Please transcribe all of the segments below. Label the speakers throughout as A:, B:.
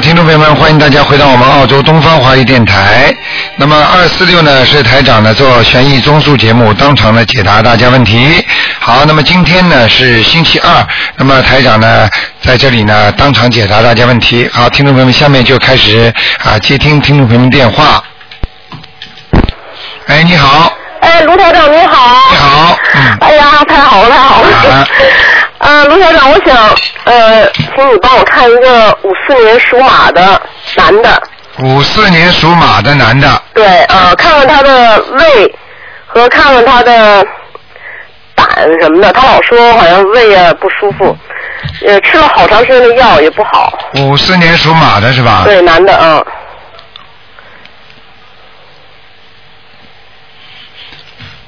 A: 听众朋友们，欢迎大家回到我们澳洲东方华语电台。那么二四六呢是台长呢做悬疑综述节目，当场呢解答大家问题。好，那么今天呢是星期二，那么台长呢在这里呢当场解答大家问题。好，听众朋友们，下面就开始啊接听听众朋友们电话。哎，你好，
B: 哎，卢台长你好
A: 你。好，嗯，
B: 哎呀，太好了，太好
A: 啊
B: 了。 呃，卢台长，我想呃，请你帮我看一个五四年属马的男的，
A: 五四年属马的男的，
B: 对，呃，看看他的胃和看看他的胆什么的，他老说好像胃啊不舒服，呃，吃了好长时间的药也不好。
A: 五四年属马的是吧？
B: 对，男的，嗯，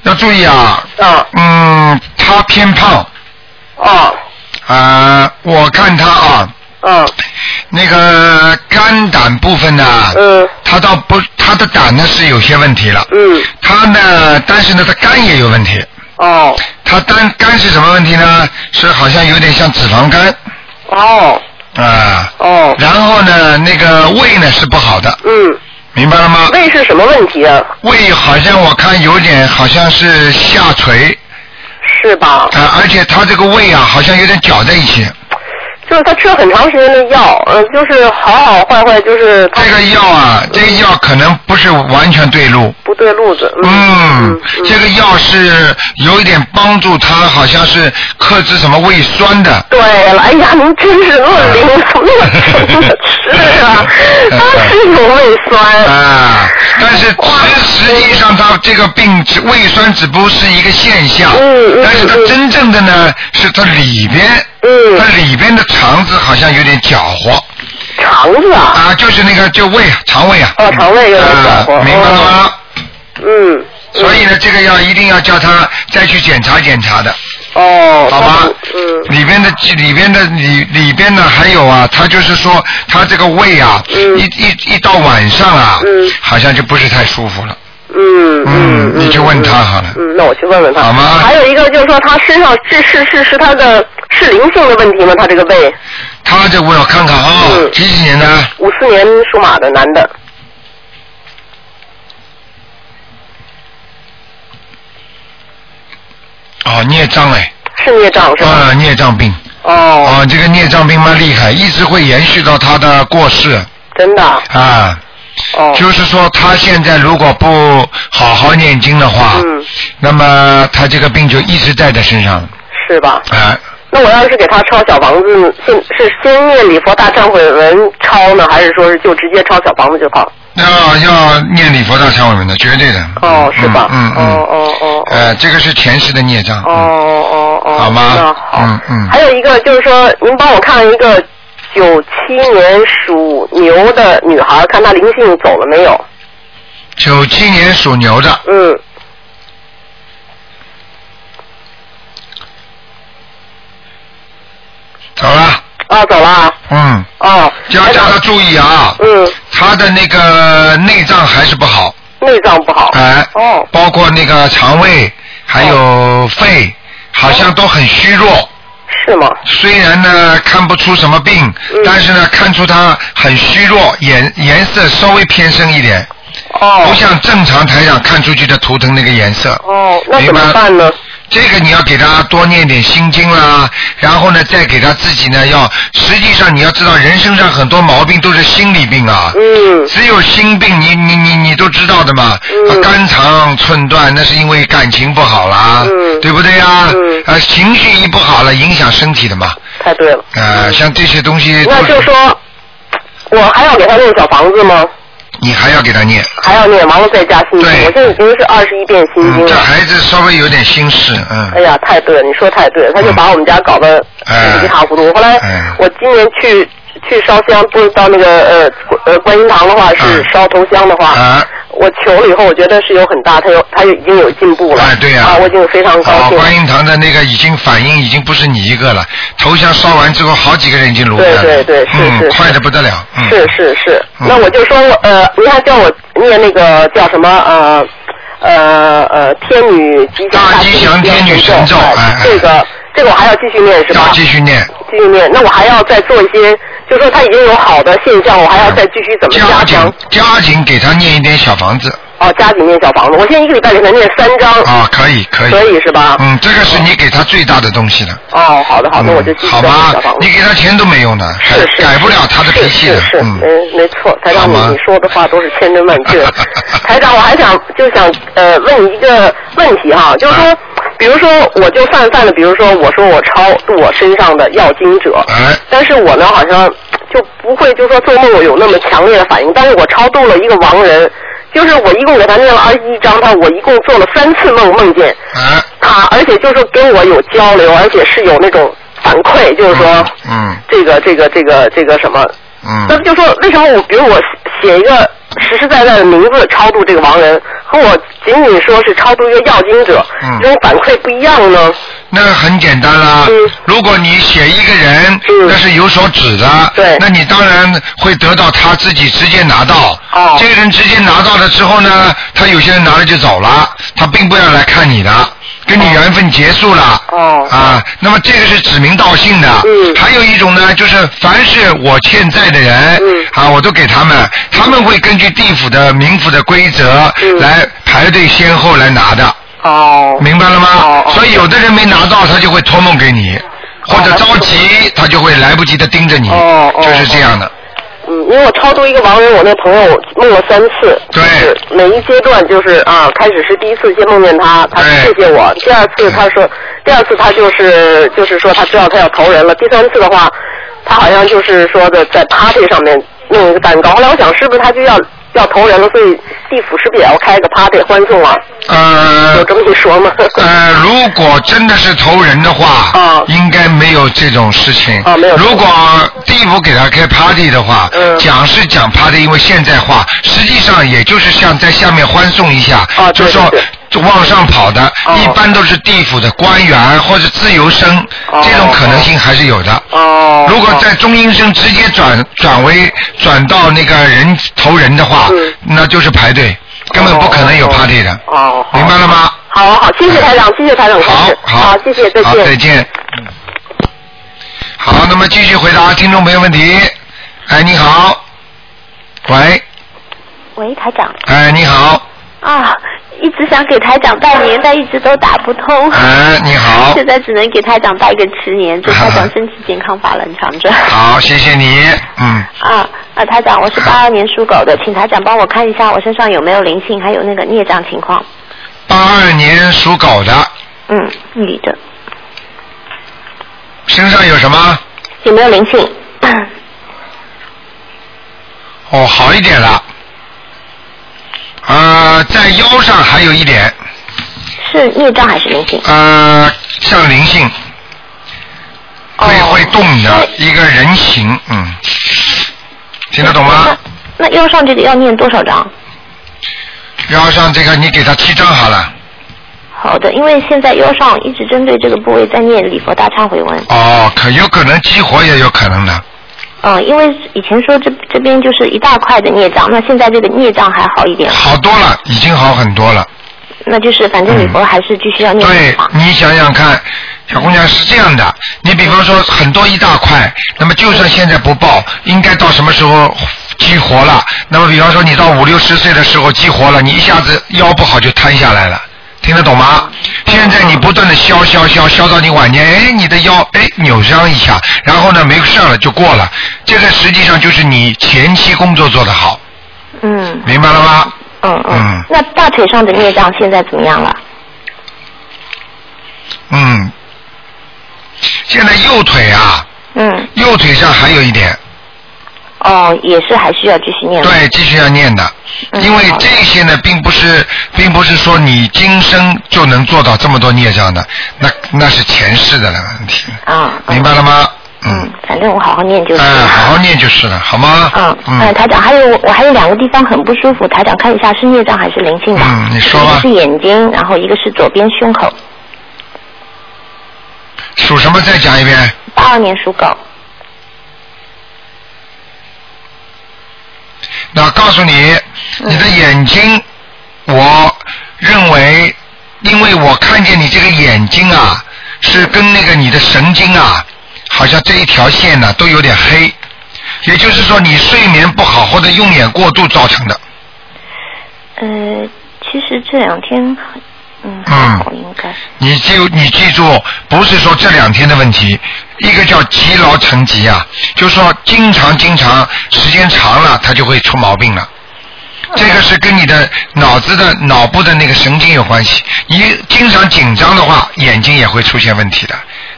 A: 要注意啊，
B: 嗯，
A: 嗯，他偏胖。
B: 哦，
A: 啊，我看他啊，
B: 嗯，
A: 那个肝胆部分呢，
B: 嗯，
A: 他倒不，他的胆呢是有些问题了，
B: 嗯，
A: 他呢，但是呢，他肝也有问题，
B: 哦，
A: 他肝肝是什么问题呢？是好像有点像脂肪肝
B: 哦，
A: 啊，
B: 哦，
A: 然后呢，那个胃呢是不好的，
B: 嗯，
A: 明白了吗？
B: 胃是什么问题啊？
A: 胃好像我看有点好像是下垂
B: 是吧？
A: 啊，而且他这个胃啊好像有点搅在一起，
B: 就是他吃了很长时间的药，嗯、就是好好坏坏，就是他
A: 这个药啊，这个药可能不是完全对路。
B: 嗯不对路子。
A: 嗯
B: 嗯，，
A: 这个药是有一点帮助他，好像是克制什么胃酸的。
B: 对了，哎呀，您真是恶灵，
A: 嗯
B: 从 那么吃的吃啊，他是有胃酸。
A: 啊，但是
B: 哇
A: 实实际上他这个病只胃酸只不过是一个现象，
B: 嗯嗯
A: 但是他
B: 嗯
A: 真正的呢是他里边，
B: 嗯
A: 他里边的肠子好像有点搅和
B: 肠子啊，
A: 啊，就是那个就胃肠胃啊，
B: 哦，肠胃有点
A: 啊
B: 搅和。，哦
A: 明白了吗？
B: 嗯。嗯
A: 所以呢，这个要一定要叫他再去检查检查的。
B: 哦，
A: 好吧
B: 他嗯，
A: 里边的里边的里里边呢还有啊，他就是说他这个胃啊，
B: 嗯
A: 一一一到晚上啊，
B: 嗯
A: 好像就不是太舒服了。
B: 嗯
A: 嗯
B: 嗯，
A: 你去问他好了
B: 嗯，那我去问问他。
A: 好吗
B: 还有一个就是说，他身上是是是是他的是灵性的问题吗？他这个胃，
A: 他这我要看看啊、
B: 嗯
A: 几几年的？
B: 五四年属马的男的。
A: 哦，孽障哎，
B: 嗯是孽障是吧？
A: 啊，孽障病，
B: 哦，
A: 哦，这个孽障病蛮厉害，一直会延续到他的过世
B: 真的啊，
A: 啊。
B: 哦，
A: 就是说，他现在如果不好好念经的话，
B: 嗯，
A: 那么他这个病就一直带在身上
B: 是吧？
A: 啊。
B: 那我要是给他抄小房子，是是先念礼佛大忏悔文抄呢，还是说是就直接抄小房子就好？
A: 要要念礼佛大忏悔文的，绝对的。
B: 哦，是吧？
A: 嗯嗯嗯。
B: 哦哦哦哦。
A: 呃，这个是前世的孽障。
B: 哦哦哦，
A: 好吗
B: 那好，
A: 嗯嗯
B: 还有一个就是说，您帮我看一个九七年属牛的女孩，看她灵性走了没有？
A: 九七年属牛的，
B: 嗯，
A: 走了。
B: 啊，走了啊，
A: 嗯，
B: 哦，
A: 要
B: 台
A: 叫
B: 长
A: 他注意啊，
B: 嗯，
A: 他的那个内脏还是不好，
B: 内脏不好，
A: 哎、
B: 哦，
A: 包括那个肠胃，还有肺，好像都很虚弱。
B: 是吗？嗯
A: 虽然呢看不出什么病，但是呢看出他很虚弱，颜颜色稍微偏深一点，
B: 哦，
A: 不像正常台上看出去的图腾那个颜色。
B: 哦，那
A: 明
B: 怎
A: 白
B: 么办呢？
A: 这个你要给他多念点心经啦，然后呢，再给他自己呢，要实际上你要知道，人身上很多毛病都是心理病啊。
B: 嗯，
A: 只有心病，你你你你都知道的嘛，
B: 嗯
A: 啊肝肠寸断，那是因为感情不好啦，
B: 嗯
A: 对不对呀、啊？
B: 嗯
A: 情绪一不好了，影响身体的嘛。
B: 太对了。
A: 呃，像这些东西都，
B: 那就是说，我还要给他念小房子吗？
A: 你还要给他念。
B: 还要念，完了再加心经。
A: 对
B: 我现在已经是二十一遍心
A: 嗯，
B: 经
A: 这
B: 了。
A: 孩子稍微有点心事，嗯。
B: 哎呀，太对了，你说太对了，他就把我们家搞得
A: 哎
B: 一塌糊涂。后来
A: 嗯哎
B: 我今年去去烧香，不是到那个呃呃观音堂的话是
A: 嗯
B: 烧头香的话，
A: 啊，
B: 我求了以后，我觉得是有很大，他有他已经有进步了。
A: 哎对呀
B: 啊，我已经非常高
A: 哦，
B: 兴。
A: 观音堂的那个已经反应已经不是你一个了，头香烧完之后，好几个人已经炉了。
B: 对对对是
A: 嗯，
B: 是
A: 快的不得了。嗯。
B: 是是是，
A: 嗯
B: 那我就说呃，您还叫我念那个叫什么呃呃呃天女吉祥
A: 大啊吉祥天女神咒哎哎
B: 这个这个我还要继续念是吧？
A: 要继续念，
B: 继续念，那我还要再做一些就说他已经有好的现象，我还要再继续怎么
A: 加
B: 强？
A: 紧加紧给他念一点小房子
B: 哦，加紧念小房子，我现在一个礼拜给他念三张，
A: 啊，可以可以。
B: 可以是吧？
A: 嗯，这个是你给他最大的东西了。
B: 哦，好的好的，我就
A: 嗯
B: 继续
A: 好
B: 再念
A: 吧
B: 小房，
A: 你
B: 子。
A: 给他钱都没用的，
B: 是
A: 改
B: 是
A: 改不了他的脾气的
B: 是是，是，
A: 嗯。
B: 没没错，台长
A: 好
B: 你
A: 吗。
B: 你说的话都是千真万确的 台长，我还想就想呃问你一个问题
A: 啊
B: 哈，就是说，比如说我就泛泛的，比如说我说我超度我身上的要经者，
A: 哎，
B: 但是我呢好像就不会就说做梦我有那么强烈的反应，但是我超度了一个亡人，就是我一共给他念了二十一章，他我一共做了三次梦梦见
A: 哎，
B: 他，而且就是跟我有交流，而且是有那种反馈，就是说。
A: 嗯
B: 这个这个这个这个什么？
A: 嗯
B: 那么
A: 嗯，
B: 就说为什么我比如我写一个实实在在的名字超度这个亡人，和我仅仅说是超度一个要经者
A: 嗯，
B: 这种反馈不一样呢？
A: 那很简单啦
B: 嗯。
A: 如果你写一个人
B: 嗯，
A: 那是有所指的，
B: 对
A: 那你当然会得到他自己直接拿到。
B: 哦
A: 这个人直接拿到了之后呢，他有些人拿了就走了，他并不要来看你的，跟你缘分结束了。
B: 哦
A: 啊，那么这个是指名道姓的。
B: 嗯
A: 还有一种呢，就是凡是我欠债的人，
B: 嗯
A: 啊，我都给他们，他们会根据地府的民府的规则、
B: 嗯
A: 来排队先后来拿的，
B: 哦
A: 明白了吗？
B: 哦哦
A: 所以有的人没拿到，他就会托梦给你，或者着急，他就会来不及的盯着你，
B: 哦哦
A: 就是这样的。
B: 嗯，因为我超度一个亡人，我那朋友梦了三次，
A: 对
B: 就是每一阶段就是啊，开始是第一次先梦见他，他
A: 对
B: 谢谢我；第二次他说，第二次他就是就是说他知道他要投人了；第三次的话，他好像就是说的在 party 上面弄一个蛋糕。后来我想是不是他就要要投人了，所以地府是不是也要开个 party 欢送啊？
A: 呃，
B: 有这么一说吗？
A: 呃，如果真的是投人的话，
B: 哦
A: 应该没有这种事情。
B: 哦没有
A: 如果地府给他开 party 的话，
B: 嗯
A: 讲是讲 party，因为现在话，实际上也就是像在下面欢送一下，
B: 哦
A: 就
B: 对
A: 说
B: 对
A: 往上跑的，
B: 哦
A: 一般都是地府的官员或者自由生，
B: 哦
A: 这种可能性还是有的。
B: 哦，
A: 如果
B: 哦
A: 在中阴身直接转转为转到那个人投人的话，
B: 嗯
A: 那就是排队，根本不可能有 party 的，
B: 哦，好
A: 明白了吗？
B: 好好，谢谢台长，谢谢台长，
A: 好好，
B: 谢谢，
A: 好再见。好，那么继续回答听众朋友问题。哎，你好，喂，
C: 喂，台长
A: 哎，你好，
C: 啊，一直想给台长拜年，但一直都打不通。
A: 哎，啊你 好，
C: 现在只能给台长拜个迟年，祝台长身体健康，法冷长着。
A: 好，谢谢你，嗯，
C: 啊啊，台长，我是八二年属狗的，请台长帮我看一下我身上有没有灵性，还有那个孽障情况。
A: 八二年属狗的，
C: 嗯，女的
A: 身上有什么？
C: 有没有灵 性？
A: 哦，好一点了，呃，在腰上还有一点，
C: 是孽障还是灵性？
A: 呃，像灵性，会、
C: 哦
A: 会动的一个人形，嗯，听得懂吗？
C: 那那腰上这个要念多少张？
A: 腰上这个你给他七张好了。
C: 好的，因为现在腰上一直针对这个部位在念礼佛大忏悔文。
A: 哦，可有可能激活也有可能的。
C: 嗯，因为以前说这这边就是一大块的孽障，那现在这个孽障还好一点，
A: 好多了，已经好很多了。
C: 那就是反正礼佛还是继续要念
A: 对
C: 的话，
A: 你想想看，小姑娘是这样的，你比方说很多一大块，那么就算现在不报，应该到什么时候激活了？那么比方说你到五六十岁的时候激活了，你一下子腰不好就瘫下来了。听得懂吗？现在你不断的消消消消到你晚年，哎，你的腰哎扭伤一下，然后呢没事儿了就过了。这个实际上就是你前期工作做得好，
C: 嗯
A: 明白了吗？
C: 嗯
A: 嗯
C: 嗯。那大腿上的孽障现在怎么样了？
A: 嗯，现在右腿啊，
C: 嗯，
A: 右腿上还有一点，
C: 哦，也是还需要继续念的。
A: 对，继续要念的，
C: 嗯
A: 因为
C: 好的
A: 这些呢，并不是，并不是说你今生就能做到这么多孽障的，那那是前世的了问题，
C: 啊，嗯
A: 明白了吗？
C: 嗯
A: 嗯，，
C: 反正我好好念就是。
A: 哎，好好念就是了，好吗？
C: 嗯哎，
A: 嗯，
C: 台长，还有我我还有两个地方很不舒服，台长看一下是孽障还是灵性吧。
A: 嗯你说吧
C: 一个是眼睛，然后一个是左边胸口。
A: 属什么？再讲一遍。
C: 八二年属狗。
A: 那告诉你，
C: 嗯
A: 你的眼睛，我认为，因为我看见你这个眼睛啊，是跟那个你的神经啊，好像这一条线呢、都有点黑，也就是说你睡眠不好或者用眼过度造成的。
C: 呃，其实这两天，嗯，还好应该。
A: 你就你记住，不是说这两天的问题，一个叫积劳成疾啊，就是说经常经常时间长了，它就会出毛病了。这个是跟你的脑子的脑部的那个神经有关系。你经常紧张的话，眼睛也会出现问题的。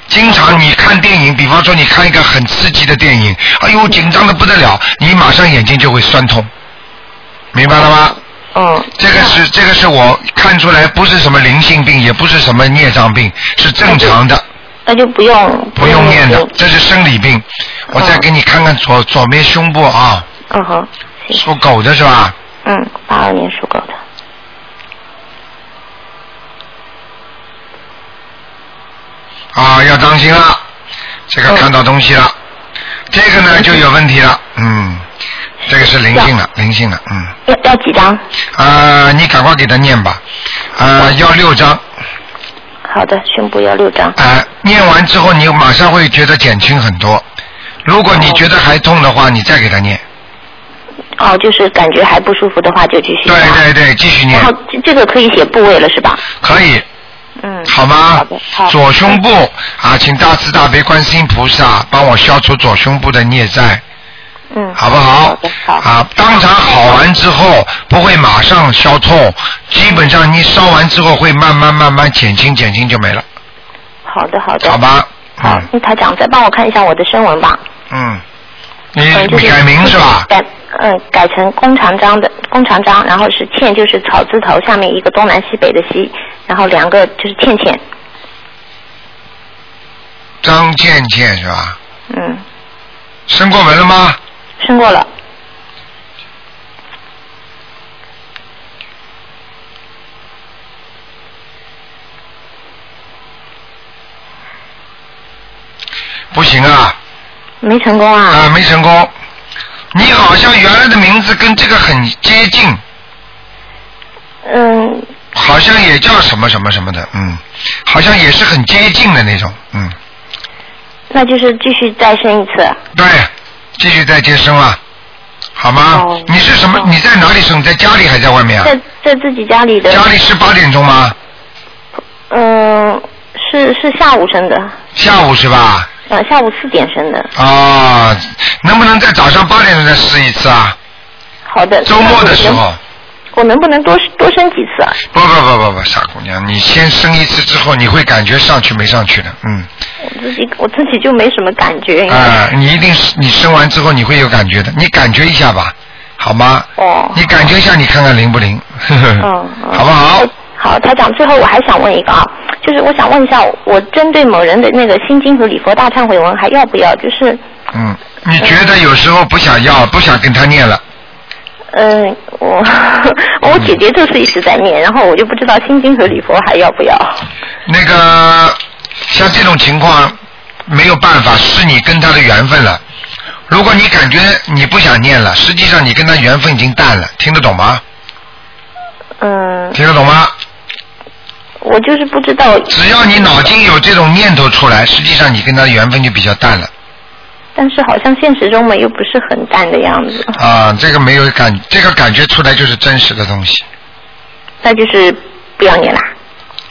A: 经常你看电影，比方说你看一个很刺激的电影，哎呦紧张的不得了，你马上眼睛就会酸痛，明白了吗？
C: 嗯，
A: 这个是这个是我看出来不是什么灵性病，也不是什么孽障病，是正常的，
C: 那就不用
A: 不用念的，这是生理病。我再给你看看左左面胸部啊，
C: 嗯好，行，
A: 属狗的是吧？
C: 嗯，八二年属狗的，
A: 啊，要当心了，这个
C: 嗯
A: 看到东西了，这个呢就有问题了，嗯，这个是灵性了，灵性了，嗯，
C: 要要几张？
A: 啊，你赶快给他念吧，啊，
C: 嗯
A: 要六张，
C: 好的，胸部要六张。
A: 啊，念完之后你马上会觉得减轻很多，如果你觉得还痛的话，你再给他念，
C: 哦，就是感觉还不舒服的话就继续
A: 对
C: 压。
A: 对对，继续念
C: 然，后这这个可以写部位了是吧？
A: 可以，
C: 嗯。
A: 好吗
C: 好的，？好。
A: 左胸部啊，请大慈大悲观世音菩萨帮我消除左胸部的孽债。
C: 嗯。
A: 好不好
C: 好的？好
A: 啊，当场好完之后不会马上消痛，基本上你烧完之后会慢慢慢慢减轻，减轻就没了，
C: 好的好的。
A: 好。吧？
C: 好
A: 嗯，
C: 那台长再帮我看一下我的声纹吧。
A: 嗯，你
C: 嗯，就
A: 你
C: 是
A: 哎改名是吧？
C: 改嗯，改成弓长张的弓长张，然后是欠就是草字头下面一个东南西北的西，然后两个就是欠欠。
A: 张倩倩是吧？
C: 嗯，
A: 升过文了吗？
C: 升过了。
A: 不行啊，
C: 没成功
A: 啊、
C: 啊！
A: 没成功。你好像原来的名字跟这个很接近，
C: 嗯，
A: 好像也叫什么什么什么的，嗯，好像也是很接近的那种，嗯，
C: 那就是继续再升一次。
A: 对，继续再接生了，好吗？
C: 哦
A: 你是什么？
C: 哦
A: 你在哪里生？你在家里还在外面啊？
C: 在在自己家里的，
A: 家里是八点钟吗？
C: 嗯，是是下午生的，
A: 下午是吧？
C: 呃，下午四点生的。
A: 哦，能不能在早上八点钟再试一次啊？
C: 好的。
A: 周末的时
C: 那我
A: 候
C: 能，。我能不能多多生几次啊？
A: 不不不不不，傻姑娘，你先生一次之后，你会感觉上去没上去的，嗯，
C: 我自己我自己就没什么感觉。应该
A: 啊、你一定是你生完之后你会有感觉的，你感觉一下吧，好吗？
C: 哦。
A: 你感觉一下，你看看灵不灵，呵呵
C: 嗯，嗯
A: 好不好？？
C: 好，台长，最后我还想问一个啊，就是我想问一下，我针对某人的那个心经和礼佛大忏悔文还要不要？就是，
A: 嗯，你觉得有时候不想要，不想跟他念了，
C: 嗯、我 我姐姐就是一直在念，然后我就不知道心经和礼佛还要不要。
A: 那个像这种情况没有办法，是你跟他的缘分了。如果你感觉你不想念了，实际上你跟他缘分已经淡了，听得懂吗？
C: 嗯，
A: 听得懂吗？
C: 我就是不知道。
A: 只要你脑筋有这种念头出来，实际上你跟他的缘分就比较淡了。
C: 但是好像现实中嘛，又不是很淡的样子，
A: 啊，这个没有感，这个感觉出来就是真实的东西，
C: 那就是不要念啦。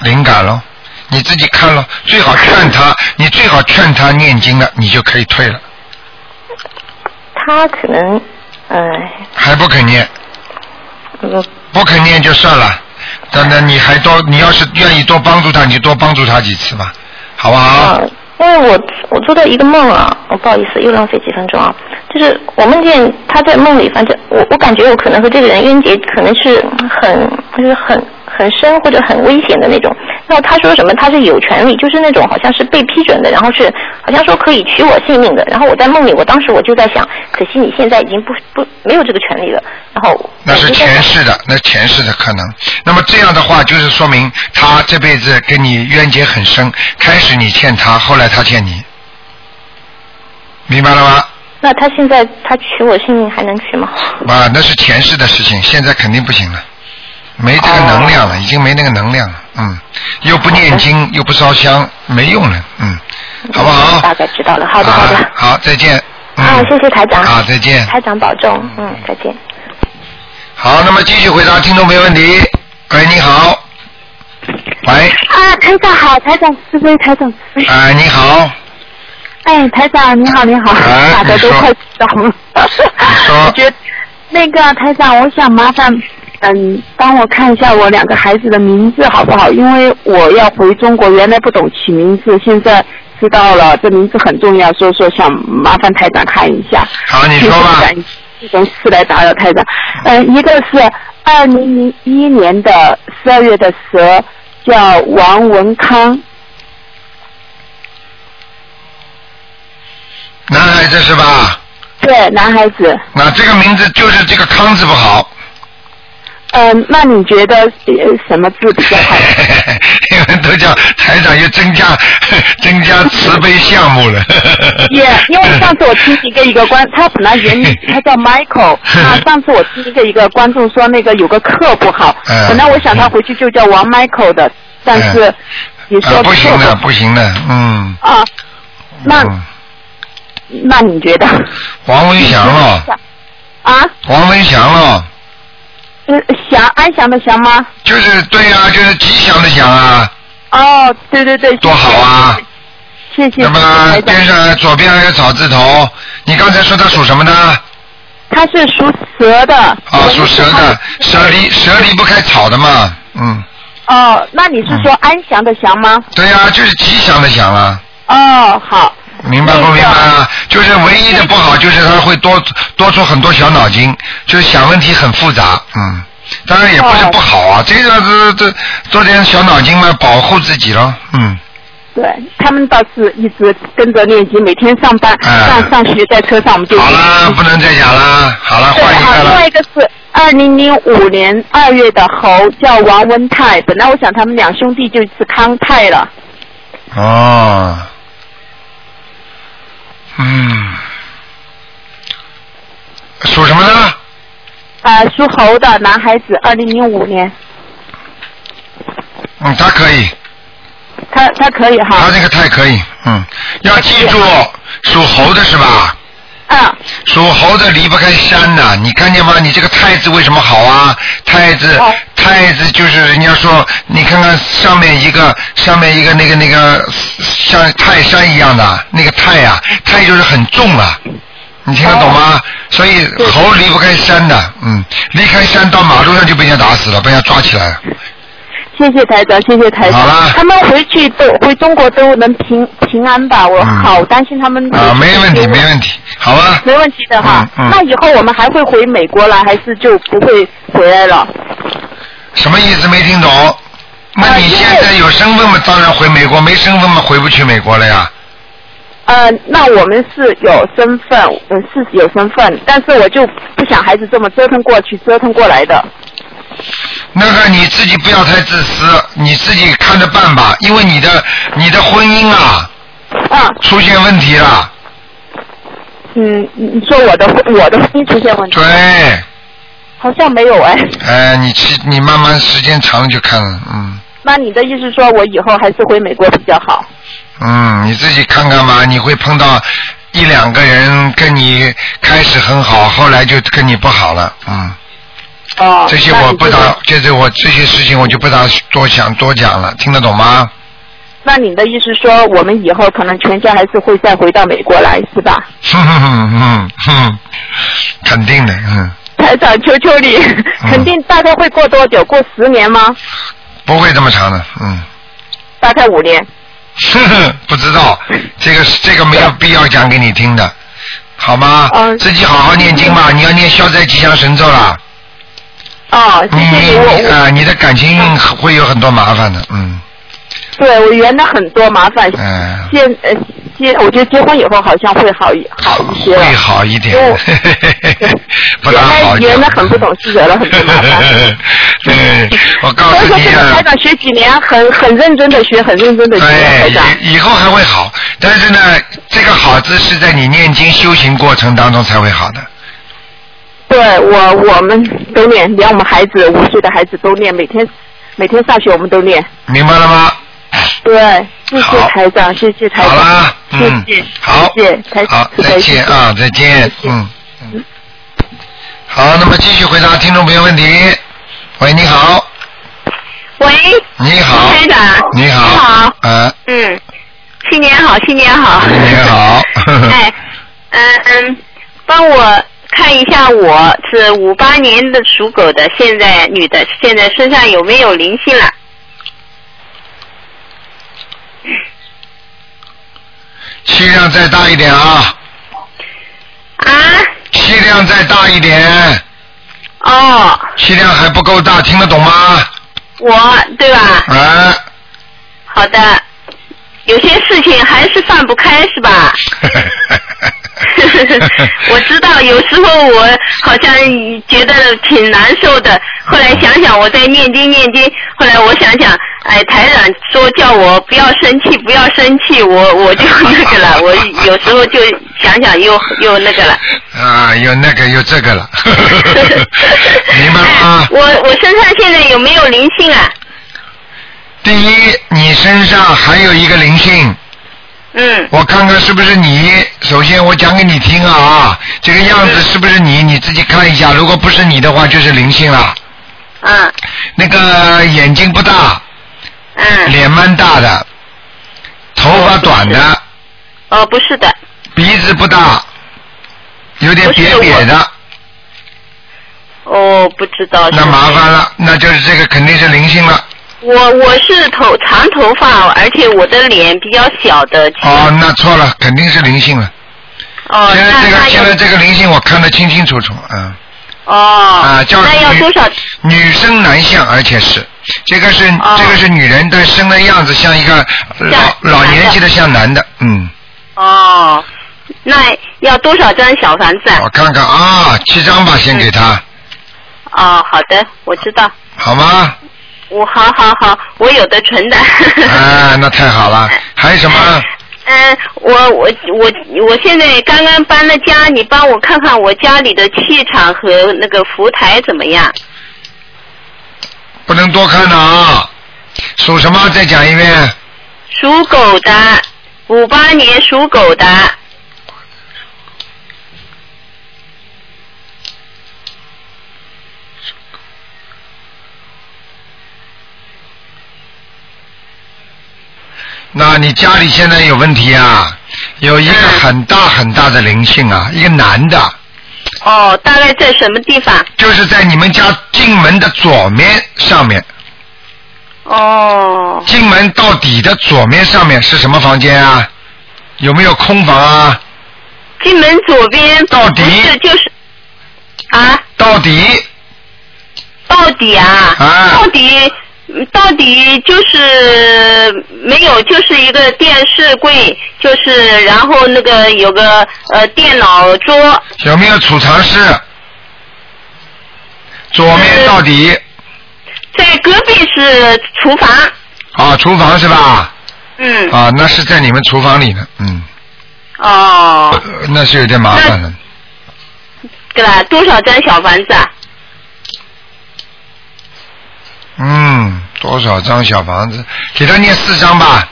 A: 灵感咯。你自己看咯，最好劝他，你最好劝他念经了，你就可以退了。
C: 他可能，哎、
A: 还不肯念，
C: 嗯，
A: 不肯念就算了。等等，你还多，你要是愿意多帮助他，你就多帮助他几次吧，好不好？
C: 嗯，因为我我做到一个梦啊，我不好意思又浪费几分钟啊，就是我梦见他在梦里，反正我我感觉我可能和这个人冤结可能是很就是很很深或者很危险的那种。然后他说什么他是有权利，就是那种好像是被批准的，然后是好像说可以取我性命的。然后我在梦里，我当时我就在想，可惜你现在已经不不没有这个权利了。然后
A: 那是
C: 我就在
A: 前
C: 想
A: 世的，那前世的可能。那么这样的话，就是说明他这辈子跟你冤结很深，开始你欠他，后来他欠你，明白了吗？
C: 那他现在他取我性命还能取吗？
A: 啊，那是前世的事情，现在肯定不行了，没这个能量了，已经没那个能量了，嗯，又不念经，又不烧香，没用了，嗯，好不好？
C: 大概知道了好的好的
A: 啊好，再见。嗯
C: 啊，谢谢台长。
A: 啊，再见。
C: 台长保重，嗯，再见。
A: 好，那么继续回答听众没问题。喂，你好。喂，
D: 啊，台长好，台长慈悲，台长慈悲。
A: 哎、你好，
D: 哎，台长你好，你好，
A: 哎
D: 打的都快到了。
A: 说
D: 我觉得那个台长，我想麻烦嗯，帮我看一下我两个孩子的名字好不好？因为我要回中国，原来不懂起名字，现在知道了，这名字很重要，所以说想麻烦台长看一下。
A: 好，你说吧。。
D: 这种事来打扰台长。呃，一个是二零零一年的十二月的蛇，叫王文康，
A: 男孩子是吧？
D: 对，男孩子。
A: 那这个名字就是这个康字不好，
D: 嗯、那你觉得呃什么字比较好？
A: 因为都叫台长又增加 增加慈悲项目了。
D: 也、因为上次我听一个一个观，他本来原名他叫 Michael，那上次我听一个一个观众说那个有个课不好，
A: 嗯
D: 本来我想他回去就叫王 Michael 的，但是你说
A: 啊，
D: 课
A: 不行
D: 不
A: 的，
D: 好
A: 不行的，嗯。
D: 啊，那
A: 嗯
D: 那你觉得？
A: 王文祥了，
D: 啊，
A: 王文祥了，
D: 呃祥安祥的祥吗？
A: 就是对啊，就是吉祥的祥啊，
D: 哦，对对对，
A: 多好啊！
D: 谢谢
A: 那
D: 谢谢
A: 么
D: 台
A: 边
D: 长。
A: 上左边还有草字头，你刚才说他属什么呢？
D: 他是属蛇的。
A: 啊，属蛇的，蛇离蛇离不开草的嘛，嗯，
D: 哦，那你是说安详的祥吗？
A: 对呀、就是吉祥的祥啊，
D: 哦，好。
A: 明白不明白啊？就是唯一的不好就是他会多多出很多小脑筋，就是想问题很复杂，嗯，当然也不是不好啊，这个这这做点小脑筋嘛，保护自己咯，嗯，
D: 对他们倒是一直跟着练习，每天上班、
A: 哎
D: 上上学，在车上我们就
A: 好啦，不能再讲啦，好啦，
D: 对
A: 换一
D: 啊，
A: 个
D: 另外
A: 啦
D: 一，个是二零零五年二月的猴，叫王文泰。本来我想他们两兄弟就是康泰了。
A: 哦，嗯，属什么呢？
D: 啊，属猴的男孩子，二零零五年，
A: 嗯，他可以，
D: 他他可以哈
A: 他。这个太可以，嗯，要记住，属猴的是吧？
D: 嗯，
A: 属猴的离不开山呐、你看见吗？你这个太字为什么好啊？太字
D: 哦，
A: 太字就是人家说，你看看上面一个，上面一个那个那个像泰山一样的那个泰啊，泰就是很重啊，你听得懂吗？所以猴离不开山的，嗯，离开山到马路上就被人家打死了，被人家抓起来了。
D: 谢谢台长，谢谢台长
A: 好啦。
D: 他们回去都回中国都能平平安吧？我
A: 嗯
D: 好担心他们。
A: 啊，没问题，没问题，好吧？
D: 没问题的哈。
A: 嗯嗯
D: 那以后我们还会回美国来，还是就不会回来了？
A: 什么意思没听懂？那
D: 呃
A: 你
D: 因为
A: 现在有身份嘛，当然回美国；没身份嘛，回不去美国了呀。
D: 呃，那我们是有身份，嗯，是有身份，但是我就不想孩子这么折腾过去，折腾过来的。
A: 那个你自己不要太自私，你自己看着办吧，因为你的你的婚姻啊
D: 啊，
A: 出现问题了。
D: 嗯，你你说我的我的婚姻出现问题，
A: 对，
D: 好像没有哎。
A: 哎，你去你慢慢时间长了就看了，嗯
D: 那你的意思说我以后还是回美国比较好？
A: 嗯，你自己看看吧，你会碰到一两个人跟你开始很好，后来就跟你不好了，嗯。
D: 哦，
A: 这些
D: 那
A: 我
D: 你
A: 不
D: 就是
A: 打，这些我这些事情我就不打多想多讲了，听得懂吗？
D: 那你的意思说，我们以后可能全家还是会再回到美国来，是吧？
A: 哼哼哼哼哼，肯定的，嗯，
D: 台长，求求你，肯定大概会过多久？过十年吗？
A: 不会这么长的，嗯，
D: 大概五年。
A: 哼哼， 不知道，这个这个没有必要讲给你听的，好吗？
D: 嗯
A: 自己好好念经吧，你要念消灾吉祥神咒啦，
D: 哦，谢
A: 你
D: 谢你，
A: 你
D: 我嗯
A: 啊、你的感情运会有很多麻烦的，嗯
D: 对我原来很多麻烦，
A: 嗯，
D: 现呃结，我觉得结婚以后好像会好一好一些了
A: 会。好一点
D: 因为啊 我，
A: 不
D: 原
A: 大好
D: 来
A: 一点。
D: 原来很不懂事，惹了很多麻烦。
A: 对，我 告
D: 所以
A: 诉
D: 说，
A: 你
D: 这个
A: 啊
D: 台，长学几年，很很认真的学，很认真的学，台长。
A: 对，以以后还会好，但是呢，这个好字是在你念经修行过程当中才会好的。
D: 对我，我们都念，连我们孩子五岁的孩子都念，每天每天上学我们都念。
A: 明白了吗？
D: 对，谢谢
A: 好
D: 台长，谢谢台
A: 好
D: 长
A: 啦，，嗯
D: 谢谢，，
A: 好
D: 谢谢台，长
A: 好，，再见啊，再见，嗯，嗯，好，那么继续回答听众朋友问题。喂，你好，
E: 喂，
A: 你好，
E: 台长
A: 你好，
E: 你好
A: 呃，
E: 嗯，新年好，新年好。
A: 你好
E: 哎，嗯嗯，帮我看一下我，是五八年的属狗的，现在女的，现在身上有没有灵性了？
A: 气量再大一点啊，
E: 啊？
A: 气量再大一点，
E: 哦，
A: 气量还不够大，听得懂吗？
E: 我对吧？
A: 啊，
E: 好的，有些事情还是放不开，是 吧？我知道，有时候我好像觉得挺难受的。后来想想，我在念经念经。后来我想想，哎，台长说叫我不要生气，不要生气，我我就那个 了。我有时候就想想又又那个了。
A: 啊，有那个有这个 了，明白了
E: 哎
A: 吗？
E: 我我身上现在有没有灵性啊？
A: 第一，你身上还有一个灵性，
E: 嗯，
A: 我看看是不是你。首先，我讲给你听啊，这个样子是不是你？你自己看一下，如果不是你的话，就是灵性了。
E: 嗯
A: 那个眼睛不大，
E: 嗯，
A: 脸蛮大的，头发短的，
E: 哦，不是的，
A: 鼻子不大，有点瘪瘪的，
E: 哦，不知道。
A: 那麻烦了，那就是这个肯定是灵性了。
E: 我我是头长头发，而且我的脸比较小的。其实
A: 哦，那错了，肯定是灵性了。
E: 哦，
A: 现在
E: 那
A: 这个
E: 他
A: 现在
E: 要
A: 这个
B: 哎
A: 灵性我看得清清楚楚，嗯。
E: 哦，
A: 啊，叫
E: 那要
A: 女
E: 多少？
A: 女生男相，而且是这个是、
E: 哦
A: 这个是女人，但生的样子像一个老
E: 男的
A: 老年纪的像男的，嗯，
E: 哦，那要多少张小房子
A: 我
E: 啊？
A: 看看啊，七张吧，先给他，
E: 哦，好的，我知道，
A: 好吗？
E: 我好好好，我有的存的。
A: 啊，那太好了，还有什么？
E: 嗯，我我我我现在刚刚搬了家，你帮我看看我家里的气场和那个福台怎么样？
A: 不能多看的啊，属什么？再讲一遍，
E: 属狗的，五八年属狗的，
A: 那你家里现在有问题啊？有一个
E: 嗯
A: 很大很大的灵性啊，一个男的，
E: 哦，大概在什么地方？
A: 就是在你们家进门的左面上面，
E: 哦，
A: 进门到底的左面上面是什么房间啊？有没有空房啊？
E: 进门左边
A: 到底
E: 不是就是啊，
A: 到底
E: 到底啊，
A: 啊
E: 到底嗯到底就是没有，就是一个电视柜，就是然后那个有个呃电脑桌，
A: 有没有储藏室？左面到底
E: 在隔壁是厨房，
A: 啊，厨房是吧？
E: 嗯，
A: 啊，那是在你们厨房里呢，嗯，
E: 哦，
A: 呃那是有点麻烦了。
E: 对吧？多少张小房子啊？
A: 嗯，多少张小房子？给他念四张吧。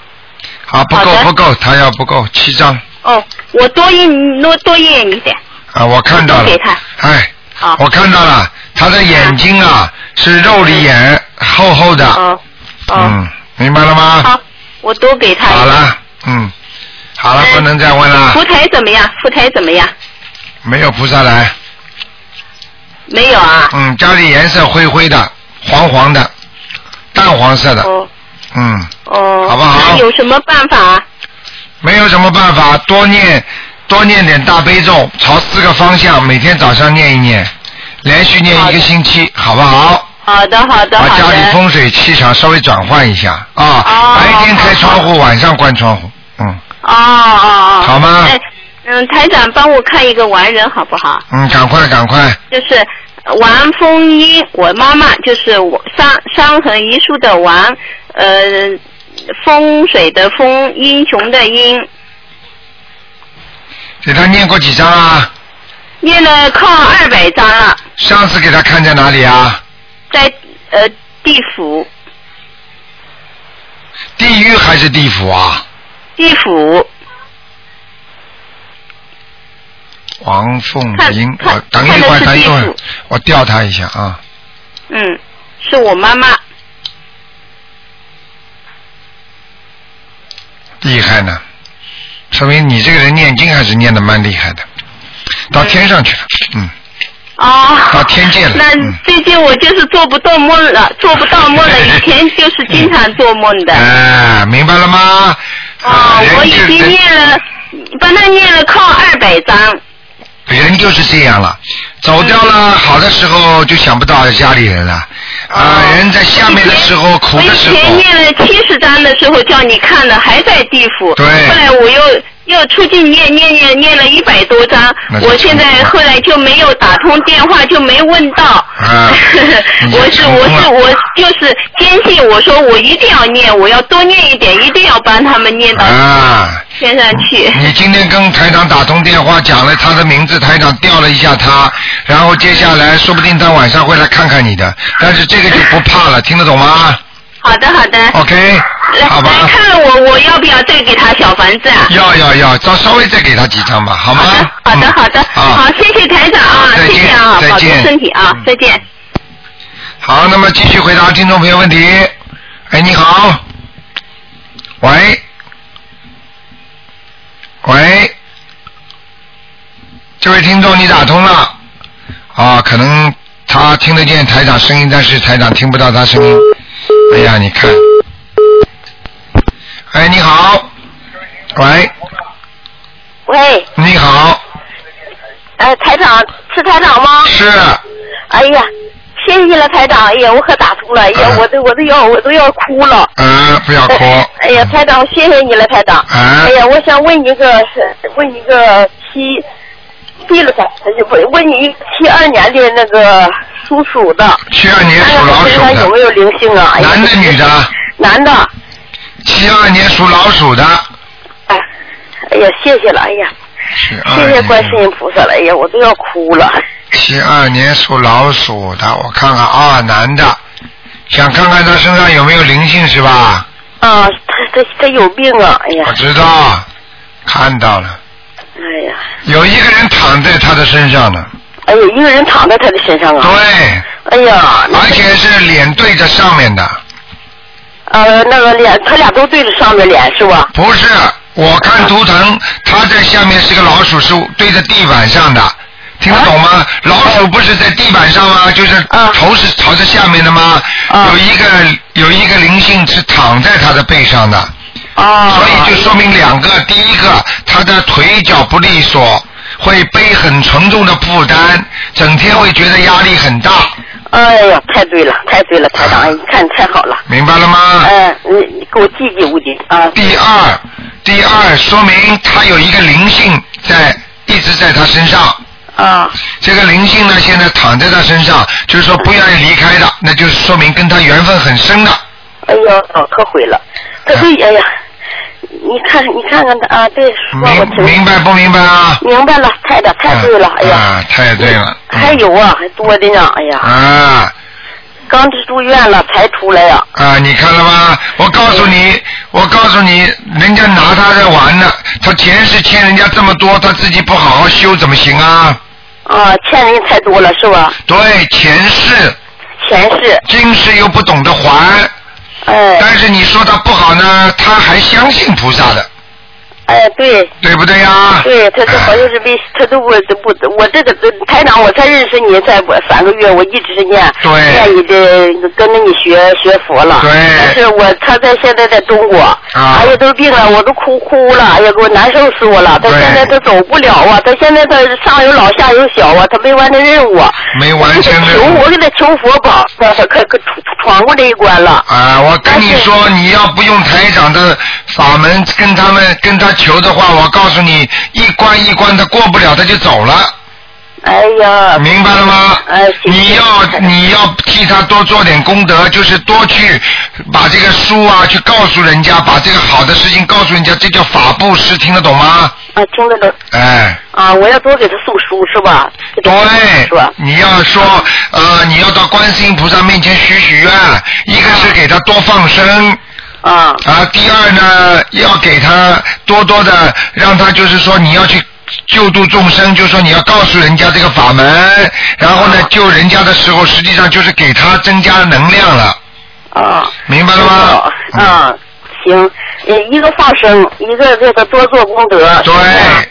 A: 啊，不够
E: 好的
A: 不够，他要不够七张
E: 哦，我多印多多印一点，
A: 啊，我看到
E: 我
A: 了
E: 给他。
A: 哎，
E: 好，
A: 我看到了，他的眼睛啊是肉里眼厚厚的。
E: 哦，哦，
A: 嗯，明白了吗？
E: 好，我多给他一点。
A: 好了，啊嗯，好了，
E: 嗯
A: 不能再问了
E: 福，台怎么样？福台怎么样？
A: 没有菩萨来。
E: 没有啊。
A: 嗯，家里颜色灰灰的，黄黄的，淡黄色的。
E: 哦
A: 嗯，
E: 哦。
A: 好不好
E: 那有什么办法啊？
A: 没有什么办法，多念多念点大悲咒，朝四个方向，每天早上念一念，连续念一
E: 好
A: 个
E: 的
A: 星期，好不好？
E: 好的，好的，
A: 把
E: 好
A: 家里
E: 的。
A: 风水气场稍微转换一下啊，
E: 哦
A: 白天开窗
E: 好
A: 户，晚上关窗户。嗯
E: 哦哦哦。
A: 好吗
E: 哎，嗯，台长帮我看一个完人好不好？
A: 嗯，赶快赶快，
E: 就是呃王风英，我妈妈就是我伤伤痕遗书的王，呃，风水的风，英雄的英，
A: 给他念过几张啊？
E: 念了靠二百章了，
A: 上次给他看在哪里啊？
E: 在呃地府
A: 地狱还是地府啊？
E: 地府，
A: 王凤
E: 看
A: 英，
E: 看
A: 我等一会儿，
E: 看的
A: 等
E: 是
A: 一会
E: 地
A: 儿
E: 府，
A: 我调他一下啊。
E: 嗯，是我妈妈，
A: 厉害呢，说明你这个人念经还是念的蛮厉害的，到天上去了，嗯，
E: 啊，
A: 到天界了
E: 那
A: 嗯
E: 最近我就是做不到梦了，做不到 梦了。以前就是经常做梦的。
A: 哎，嗯明白了吗？
E: 啊，
A: 人
E: 我已
A: 就是
E: 经念了，帮他念了靠二百张。
A: 人就是这样了，走掉
E: 嗯
A: 了好的时候就想不到家里人了，啊，
E: 哦
A: 人在下面的时候苦
E: 我
A: 的
E: 以
A: 时
E: 前
A: 候，
E: 念了七十章的时候叫你看了，还在地府。
A: 对
E: 后来我又又出去念念念念了一百多章
A: 那，就
E: 我现在后来就没有打通电话，就没问到。
A: 啊你就
E: 我是
A: 成功
E: 我
A: 了
E: 是我就是坚信，我说我一定要念，我要多念一点，一定要帮他们念到
A: 啊，
E: 天上去。
A: 你今天跟台长打通电话，讲了他的名字，台长调了一下他，然后接下来说不定他晚上会来看看你的，但是这个就不怕了，听得懂吗
E: 好的好的，
A: 哦？OK，
E: 来
A: 好吧
E: 来，看我，我要不要再给他小房子啊？
A: 要要要，稍稍微再给他几张吧，好吗？
E: 好的，好的，
A: 嗯
E: 好，
A: 啊，
E: 谢谢台长啊，
A: 再
E: 谢
A: 见
E: 谢啊，
A: 再
E: 保重
A: 见嗯
E: 身体啊，再见。
A: 好，那么继续回答听众朋友问题。哎，你好，喂，喂，这位听众你打通了，啊，可能他听得见台长声音，但是台长听不到他声音。哎呀，你看，哎，你好，喂，
F: 喂，
A: 你好，
F: 哎，台长是台长吗？
A: 是，
F: 哎呀，谢谢了台长，哎呀，我可打通了，哎呀
A: 嗯，
F: 我都我都要我都要哭了。
A: 呃，不要哭。嗯
F: 哎呀，台长，谢谢你了，台长。
A: 啊
F: 哎呀，我想问一个，问一个七，对了，呃问问你七二年的那个属鼠的，
A: 七二年
F: 看
A: 属
F: 看
A: 老
F: 他身上有
A: 鼠
F: 没
A: 的，
F: 有灵性啊？哎呀
A: 男的女的？
F: 男的。
A: 七二年属老鼠的。
F: 哎，哎呀，谢谢了，哎呀，
A: 72
F: 谢
A: 年
F: 谢观世音菩萨了，哎呀，我都要哭了。
A: 七二年属老鼠的，我看看啊，男的，想看看他身上有没有灵性是吧？
F: 啊，他他他有病啊！哎呀
A: 我，知道，看到了，
F: 哎呀，
A: 有一个人躺在他的身上呢，
F: 哎呀，一个人躺在他的身上啊！
A: 对，
F: 哎呀，那
A: 而且是脸对着上面的，
F: 呃，那个脸，他俩都对着上面脸是吧？
A: 不是，我看图腾，它在下面是个老鼠，是对着地板上的，听得懂吗？老鼠不是在地板上吗？就是
F: 啊
A: 头是朝着下面的吗？
F: 啊
A: 有一个有一个灵性是躺在它的背上的，
F: 啊，
A: 所以就说明两个，第一个他的腿脚不利索，会背很沉重的负担，整天会觉得压力很大，
F: 哎呀，太对了，太对了，台长，哎，你看太好了，
A: 啊明白了吗？
F: 嗯，你你给我记记五斤啊，
A: 第二，第二说明他有一个灵性在一直在他身上。
F: 啊，
A: 这个灵性呢，现在躺在他身上，就是说不愿意离开的，那就是说明跟他缘分很深的。
F: 哎呀，老可悔了，他
A: 嗯
F: 对，哎呀，你看你看看他啊，对，说我
A: 明
F: 听，
A: 明白不明白啊？
F: 明白了，太的太对了，哎
A: 啊
F: 呀，
A: 啊，太对了。嗯
F: 还有啊，还多的呢，哎呀，
A: 啊
F: 刚住院了才出来呀，
A: 啊！你看了吗？我告诉你，我告诉你，人家拿他在玩呢。他前世欠人家这么多，他自己不好好修怎么行啊？
F: 啊，欠人太多了是吧？
A: 对，前世、
F: 前世，
A: 今世又不懂得还，
F: 哎
A: 但是你说他不好呢，他还相信菩萨的，
F: 哎，对，
A: 对不对呀、
F: 对，他这好像是被他都不不，我这个呃台长，我才认识你才我三个月，我一直是念
A: 对
F: 念你的跟着你学学佛了，
A: 对
F: 但是我他在现在在中国，哎
A: 啊
F: 呀都病了，我都哭哭了，哎呀给我难受死我了，他
A: 对
F: 现在他走不了啊，他现在他上有老下有小啊，他没完成任务啊，
A: 没完成任务
F: 我给他求我给他求佛保，他可可闯闯过这一关了，
A: 啊，我跟你说，你要不用台长的法门跟他们跟他求的话，我告诉你，一关一关的过不了，他就走了，
F: 哎呀，
A: 明白了吗？
F: 哎行
A: 你要你要替他多做点功德，就是多去把这个书啊，去告诉人家，把这个好的事情告诉人家，这叫法布施，听得懂吗？
F: 啊听得懂
A: 哎，
F: 啊，我要多给他送书是吧？给他送
A: 对
F: 书是吧，？嗯
A: 你要说呃，你要到观世音菩萨面前许许愿，一个是给他多放生，
F: 啊
A: 啊，第二呢，要给他多多的让他就是说你要去救度众生，就是说你要告诉人家这个法门，然后
F: 嗯
A: 呢救人家的时候，实际上就是给他增加能量了，
F: 啊。
A: 明白了吗？
F: 啊，行，呃，一个放生，一个这个多做功德。
A: 对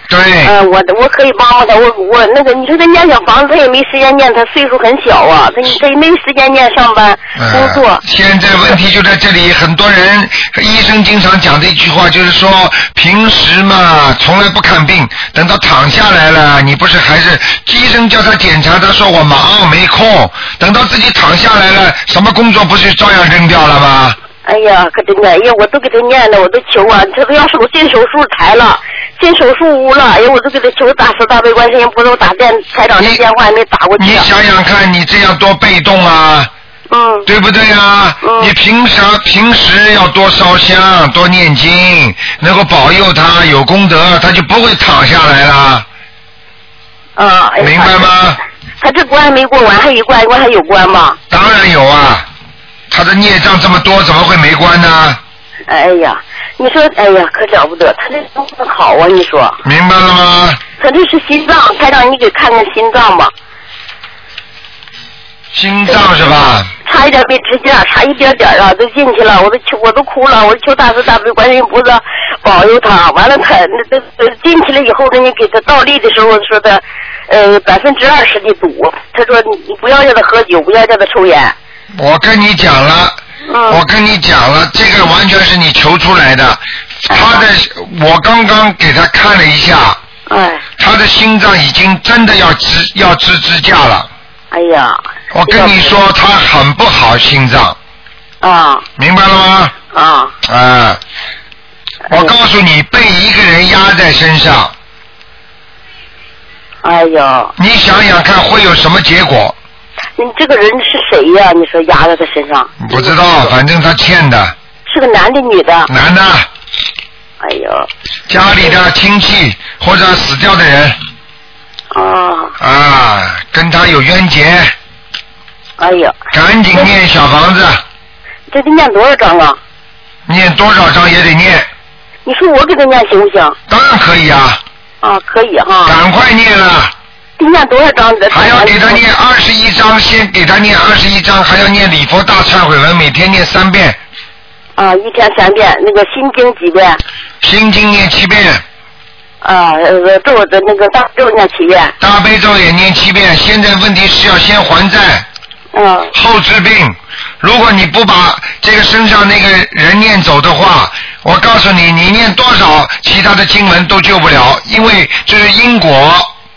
A: 对，
F: 呃，我我可以帮帮他，我我那个，你说他念小房子，他也没时间念，他岁数很小啊，他他也没时间念上班工
A: 嗯，
F: 作。
A: 现在问题就在这里，很多人医生经常讲的一句话就是说，平时嘛从来不看病，等到躺下来了，你不是还是医生叫他检查，他说我忙没空，等到自己躺下来了，什么工作不是照样扔掉了吗？
F: 哎呀，可真的，哎呀，我都给他念了，我都求啊，这都要手进手术台了，进手术屋了，哎呀，我都给他求打十大悲观世音菩萨，我打电台长那电话还没打过
A: 你
F: 去啊。
A: 想想看，你这样多被动啊！
F: 嗯
A: 对不对啊？
F: 嗯
A: 你平常平时要多烧香，多念经，能够保佑他有功德，他就不会躺下来了，
F: 啊，哎呀
A: 明白吗？
F: 他这关还没过完，还一关一关还有关吗？
A: 当然有啊，他的孽障这么多，怎么会没关呢？
F: 哎呀，你说，哎呀，可了不得，他这功夫好啊，你说，
A: 明白了吗？
F: 他这是心脏，台长你给看看心脏吧，
A: 心脏是吧？
F: 差一点没直接啊，差一点点啊，都进去了，我都求我都哭了，我求大慈大悲观世音菩萨保佑他。完了他，那那那进去了以后，人家给他倒立的时候说的，呃，百分之二十的赌，他说你你不要叫他喝酒，不要叫他抽烟，
A: 我跟你讲了，
F: 嗯
A: 我跟你讲了，这个完全是你求出来的。
F: 嗯
A: 他的，我刚刚给他看了一下，
F: 哎，
A: 他的心脏已经真的要支要支支架了。
F: 哎呀，哎
A: 我跟你说，他很不好心脏，
F: 啊
A: 明白了吗？
F: 啊，
A: 啊，我告诉你，被一个人压在身上，
F: 哎呀，
A: 你想想看会有什么结果？
F: 你这个人是谁呀、你说压在他身上，
A: 不知道，反正他欠的，
F: 是个男的女的？
A: 男的，
F: 哎呦，
A: 家里的亲戚或者死掉的人
F: 啊，
A: 啊，跟他有冤结，
F: 哎呦，
A: 赶紧念小房子，
F: 这得念多少章啊？
A: 念多少章也得念，
F: 你说我给他念行不行？
A: 当然可以啊，
F: 啊，可以哈。
A: 赶快念啊了。
F: 得念多少章？
A: 还要给他念二十一章，先给他念二十一章，还要念礼佛大忏悔文，每天念三遍，
F: 啊，一天三遍，那个心经几遍？
A: 心经念七遍，
F: 啊，呃，咒的那个大咒念七遍。
A: 大悲咒也念七遍。现在问题是要先还债，
F: 嗯，
A: 后治病。如果你不把这个身上那个人念走的话，我告诉你，你念多少其他的经文都救不了，因为这是因果，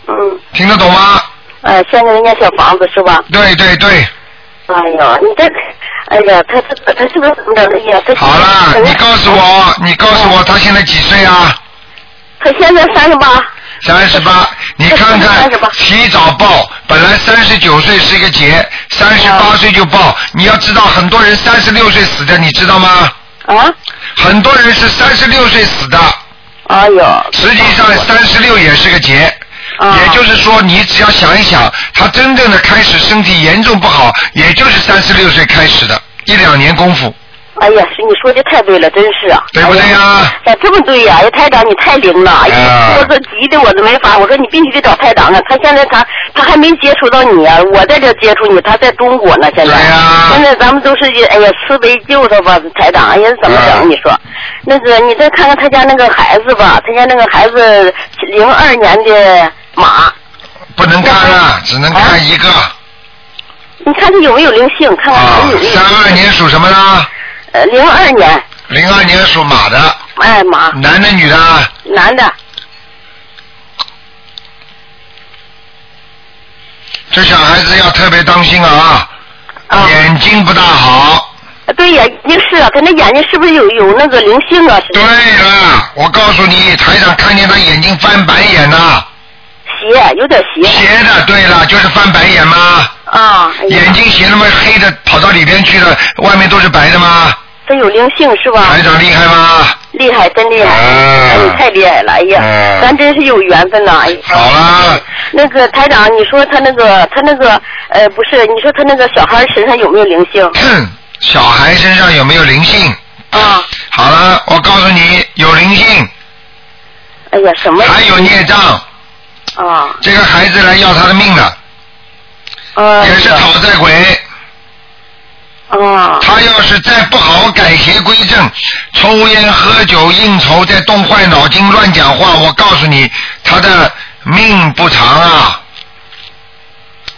F: 嗯，
A: 听得懂吗？
F: 呃，先给他念小房子是吧？
A: 对对对，
F: 哎呦，你这，哎呀，他他他是不是怎么着？哎呀，他
A: 好了，你告诉我，你告诉我他现在几岁啊？
F: 他现在三十八。
A: 三十八，你看看
F: 38，
A: 提早报，本来三十九岁是一个节，三十
F: 啊
A: 八岁就报。你要知道，很多人三十六岁死的，你知道吗？
F: 啊，
A: 很多人是三十六岁死的，
F: 哎呦，
A: 实际上三十六也是个节。
F: 啊
A: 也就是说，你只要想一想，他真正的开始身体严重不好，也就是三十六岁开始的一两年功夫，
F: 哎呀，是你说的太对了，真是啊。
A: 对不对呀、
F: 哎呀，这么对呀、哎，台长你太灵了，哎
A: 啊
F: 呀，我这急的我都没法，我说你必须得找台长啊，他现在他他还没接触到你啊，我在这接触你，他在中国呢，现在，
A: 对呀
F: 现在咱们都是哎呀慈悲救他吧，台长，哎呀怎么
A: 啊
F: 整？你说，那个你再看看他家那个孩子吧，他家那个孩子零二年的马，啊
A: 不能看了，只能看一个。
F: 你看他有没有灵性，看看
A: 啊
F: 还有没，有
A: 三二年属什么呢？
F: 呃零二年，
A: 零二年属马的，
F: 哎马
A: 男的女的啊？
F: 男的，
A: 这小孩子要特别当心啊，
F: 啊
A: 眼睛不大好。
F: 对呀，眼睛是啊，他那眼睛是不是有有那个灵性啊？
A: 对了，我告诉你，台长看见他眼睛翻白眼呐、
F: 斜，有点斜
A: 斜的。对了，就是翻白眼吗？
F: 啊。哎呀
A: 眼睛斜那么黑的，跑到里边去了，外面都是白的吗？
F: 这有灵性是吧
A: 台？长厉害吗？
F: 厉害，真厉害！
A: 啊
F: 哎，你太厉害了！哎呀，
A: 嗯
F: 咱真是有缘分呐！哎呀，
A: 好啦，
F: 那个台长，你说他那个他那个呃，不 是，
A: 嗯
F: 你说他那个小孩身上有没有灵性
A: 哼，小孩身上有没有灵性？
F: 啊？
A: 好了，我告诉你，有灵性，
G: 哎呀，什么？
A: 还有孽障，
G: 啊，
A: 这个孩子来要他的命了，
G: 呃，
A: 也是讨债鬼。
G: 啊，
A: 他要是再不好好改邪归正，抽烟喝酒应酬，再动坏脑筋乱讲话，我告诉你，他的命不长啊！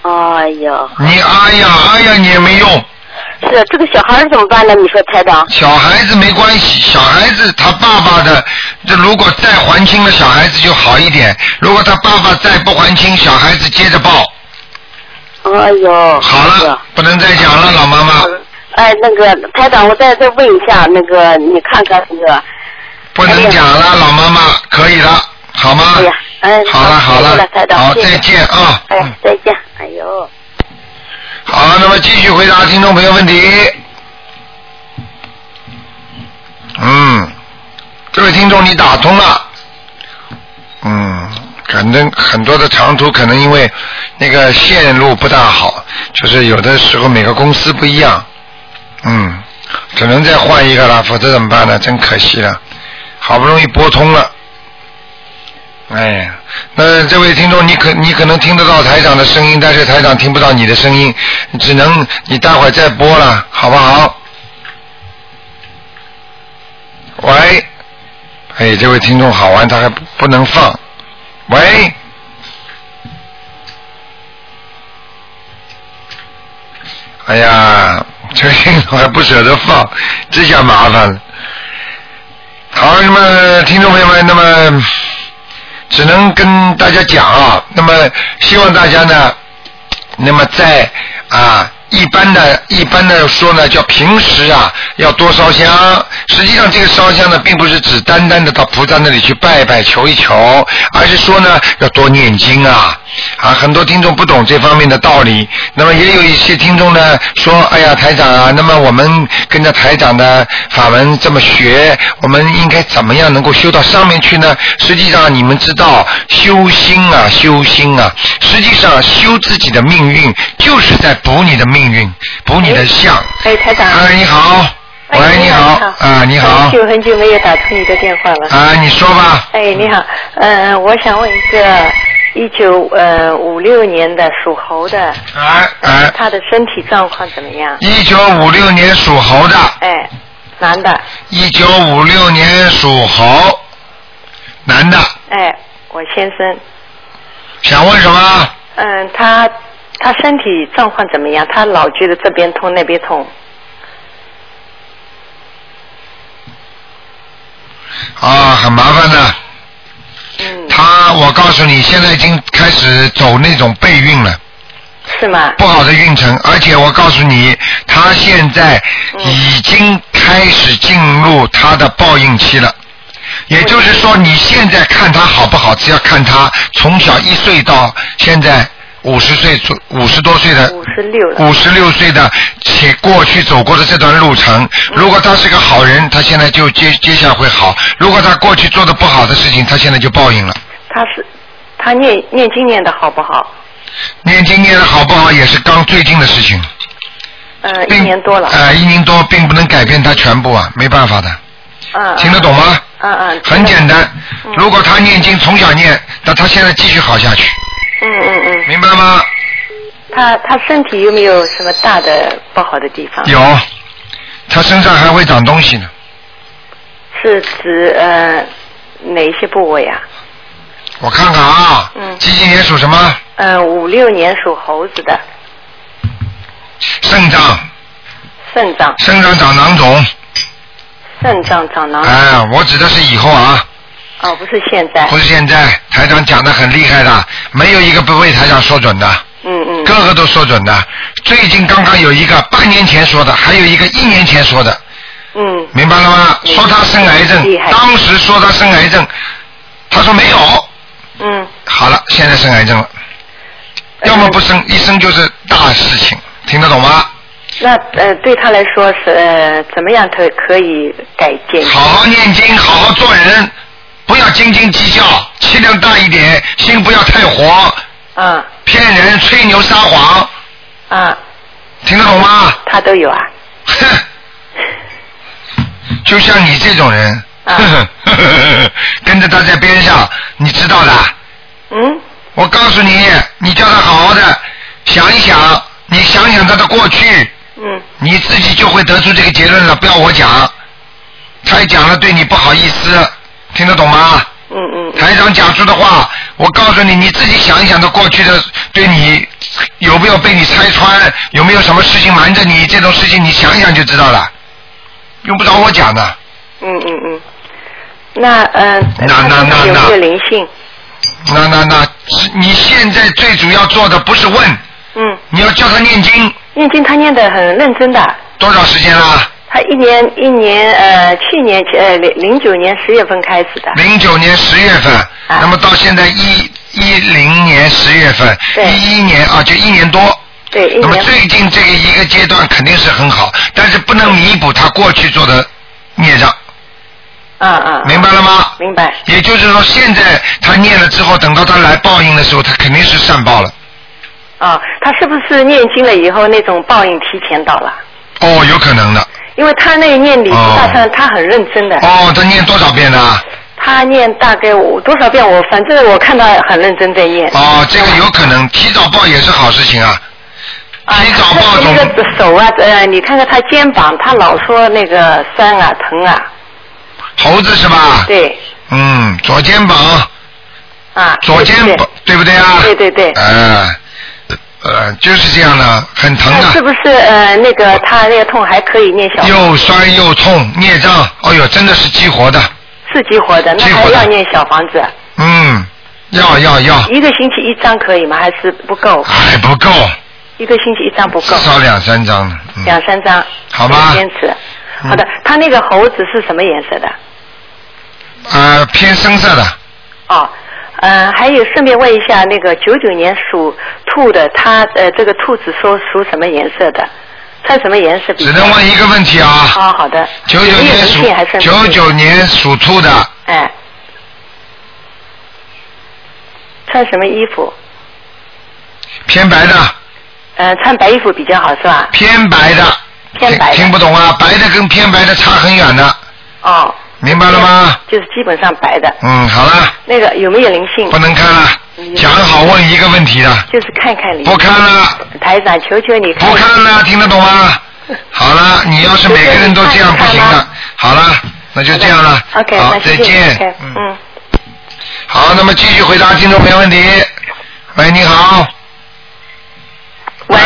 G: 哎呀，
A: 你哎呀哎呀，你也没用。
G: 是这个小孩儿怎么办呢？你说台长？
A: 小孩子没关系，小孩子他爸爸的，这如果再还清了，小孩子就好一点；如果他爸爸再不还清，小孩子接着报。
G: 哎呦，
A: 好
G: 哎
A: 了
G: 呀，
A: 不能再讲了，老妈妈，
G: 哎，那个台长，我再再问一下，那个你看看那个，
A: 不能讲了，老妈妈，可以了，好吗？
G: 哎呀，哎，
A: 好了好
G: 谢谢
A: 了
G: 台，长，
A: 好
G: 谢谢
A: 再见啊！
G: 哎
A: 嗯
G: 呀，再见，哎呦。
A: 好，那么继续回答听众朋友问题。嗯，这位听众你打通了。嗯，可能很多的长途可能因为那个线路不大好，就是有的时候每个公司不一样。嗯，只能再换一个了，否则怎么办呢？真可惜了，好不容易拨通了。哎呀，那这位听众，你可你可能听得到台长的声音，但是台长听不到你的声音，只能你待会儿再播了，好不好？喂，哎，这位听众好玩，他还不不能放。喂，哎呀，这位听众还不舍得放，这下麻烦了。好，那么听众朋友们，那么。只能跟大家讲啊，那么希望大家呢，那么在啊一般的、一般的说呢，叫平时啊要多烧香。实际上这个烧香呢，并不是只单单的到菩萨那里去拜拜求一求，而是说呢要多念经啊。啊，很多听众不懂这方面的道理，那么也有一些听众呢说，哎呀，台长啊，那么我们跟着台长的法门这么学，我们应该怎么样能够修到上面去呢？实际上，你们知道，修心啊，修心啊，实际上修自己的命运，就是在补你的命运，补你的相。
H: 哎，台长，哎
A: 啊，你好，喂，你好，啊，你好
H: 很，久很久没有打通你的电话了。
A: 啊，你说吧，
H: 哎，你好，嗯、我想问一个一九呃五六年的属猴的，呃
A: 哎哎，
H: 他的身体状况怎么样？
A: 一九五六年属猴的。
H: 哎，男的，
A: 一九五六年属猴，男的，
H: 哎，我先生，
A: 想问什么？
H: 嗯、他他身体状况怎么样？他老觉得这边痛那边痛，
A: 啊，很麻烦的。
H: 嗯，
A: 他，我告诉你，现在已经开始走那种背运了，
H: 是吗？
A: 不好的运程。而且我告诉你，他现在
H: 嗯
A: 已经开始进入他的报应期了。也就是说，你现在看他好不好，只要看他从小一岁到现在五十岁左五十多岁的
H: 五十六了，
A: 五十六岁的且过去走过的这段路程，如果他是个好人，他现在就接接下来会好；如果他过去做的不好的事情，他现在就报应了。
H: 他是他念念经念的好不好？
A: 念经念的好不好也是刚最近的事情，
H: 呃，一
A: 并
H: 年多了，
A: 呃，一年多并不能改变他全部啊，没办法的，
H: 嗯、嗯
A: 听得懂吗？
H: 嗯嗯，
A: 很简单，如果他念经从小念，那他现在继续好下去，
H: 嗯嗯嗯。
A: 明白吗？
H: 他他身体有没有什么大的不好的地方？
A: 有，他身上还会长东西呢，
H: 是指呃哪一些部位啊？
A: 我看看啊，
H: 嗯
A: 几几年属什么？
H: 呃，五六年属猴子的
A: 肾脏，
H: 肾脏，
A: 肾脏长囊肿。
H: 肾脏长囊
A: 哎、我指的是以后啊，
H: 哦，不是现在
A: 不。是现在。台长讲的很厉害的，没有一个不为台长说准的，
H: 嗯嗯
A: 个个都说准的。最近刚刚有一个八年前说的，还有一个一年前说的，
H: 嗯
A: 明白了吗？
H: 嗯
A: 说他生癌症
H: 厉，害
A: 当时说他生癌症，他说没有，
H: 嗯，呃
A: 好了，现在生癌症了，要么不生，一生就是大事情，听得懂吗？
H: 那呃对他来说是呃怎么样可可以改进？
A: 好好念经，好好做人，不要斤斤计较，气量大一点，心不要太活，
H: 啊
A: 骗人、吹牛、撒谎，
H: 啊，
A: 听得懂吗？
H: 他都有啊。
A: 哼，就像你这种人，
H: 啊
A: 跟着他在边上，你知道的。
H: 嗯，
A: 我告诉你，你叫他好好的想一想，你想想他的过去，
H: 嗯，
A: 你自己就会得出这个结论了。不要我讲，他一讲了对你不好意思，听得懂吗？
H: 嗯嗯嗯，
A: 台长讲出的话，我告诉你，你自己想一想，他过去的对你有没有被你拆穿，有没有什么事情瞒着你，这种事情你想一想就知道了，用不着我讲的。
H: 嗯嗯嗯。那嗯，
A: 那
H: 他
A: 那
H: 身上
A: 那
H: 有
A: 哎那
H: 没有灵性？
A: 那那那，是你现在最主要做的不是问，
H: 嗯，
A: 你要叫他念经
H: 念经他念得很认真的，
A: 多少时间啦？
H: 他一年一年呃，去年呃零零九年十月份开始的，啊
A: 零九年十月份，那么到现在一一零年十月份，
H: 对
A: 一一年啊，就一年多。
H: 对，一
A: 那么
H: 年
A: 最近这个一个阶段肯定是很好，但是不能弥补他过去做的孽障，
H: 啊啊，
A: 明白了吗？
H: 明白，
A: 也就是说，现在他念了之后，等到他来报应的时候，他肯定是善报了。
H: 啊，他是不是念经了以后那种报应提前到了？
A: 哦，有可能的。
H: 因为他那个念礼佛大忏，
A: 哦
H: 他很认真的，
A: 哦，他念多少遍呢？
H: 他念大概我多少遍我反正我看他很认真在念。
A: 哦，这个有可能，提早报也是好事情啊。
H: 啊，
A: 提早报
H: 那
A: 总
H: 个手啊，呃，你看看他肩膀，他老说那个酸啊、疼啊，
A: 猴子是吧？。
H: 对，
A: 嗯，左肩膀，
H: 啊，
A: 左肩
H: 对
A: 膀，对不对啊？
H: 对对对
A: 哎、呃，就是这样的，很疼
H: 那
A: 的。
H: 是不是呃那个他那个痛还可以念小？
A: 又酸又痛，孽障，哎呦，真的是激活的，
H: 是激活的，那
A: 激活
H: 还
A: 的
H: 要念小房子，
A: 嗯，要要要，
H: 一个星期一张可以吗？还是不够？
A: 还不够，
H: 一个星期一张不
A: 啊至
H: 够，
A: 少两三张呢，嗯，
H: 两三张，
A: 好吧
H: 坚持。
A: 嗯
H: 好的，他那个猴子是什么颜色的？
A: 呃，偏深色的，
H: 哦，嗯、还有顺便问一下，那个九九年属兔的，他呃，这个兔子说属什么颜色的？穿什么颜色比较？
A: 只能问一个问题啊，
H: 啊、好的。
A: 九
H: 有
A: 九
H: 没有
A: 年
H: 灵性还是
A: 属九九年属兔的，
H: 哎，穿什么衣服？
A: 偏白的，
H: 呃，穿白衣服比较好是吧？
A: 偏白的，
H: 偏白的
A: 听听不懂啊，白的跟偏白的差很远的，
H: 哦，
A: 明白了吗？
H: 就是基本上白的。
A: 嗯，好了，
H: 那个有没有灵性
A: 不？能看了，
H: 嗯
A: 讲好问一个问题的，
H: 就是看看灵性
A: 不看了。
H: 台长，求求你
A: 不看了，听得懂吗？好了，你要是每个人都这样不行的。好了，那就这样了。
H: OK，
A: 好再
H: 那，谢谢
A: 见
D: 哎
H: OK，。
A: 嗯，
H: 嗯，
A: 好，那么继续回答听众朋友问题。喂，你好，
I: 喂，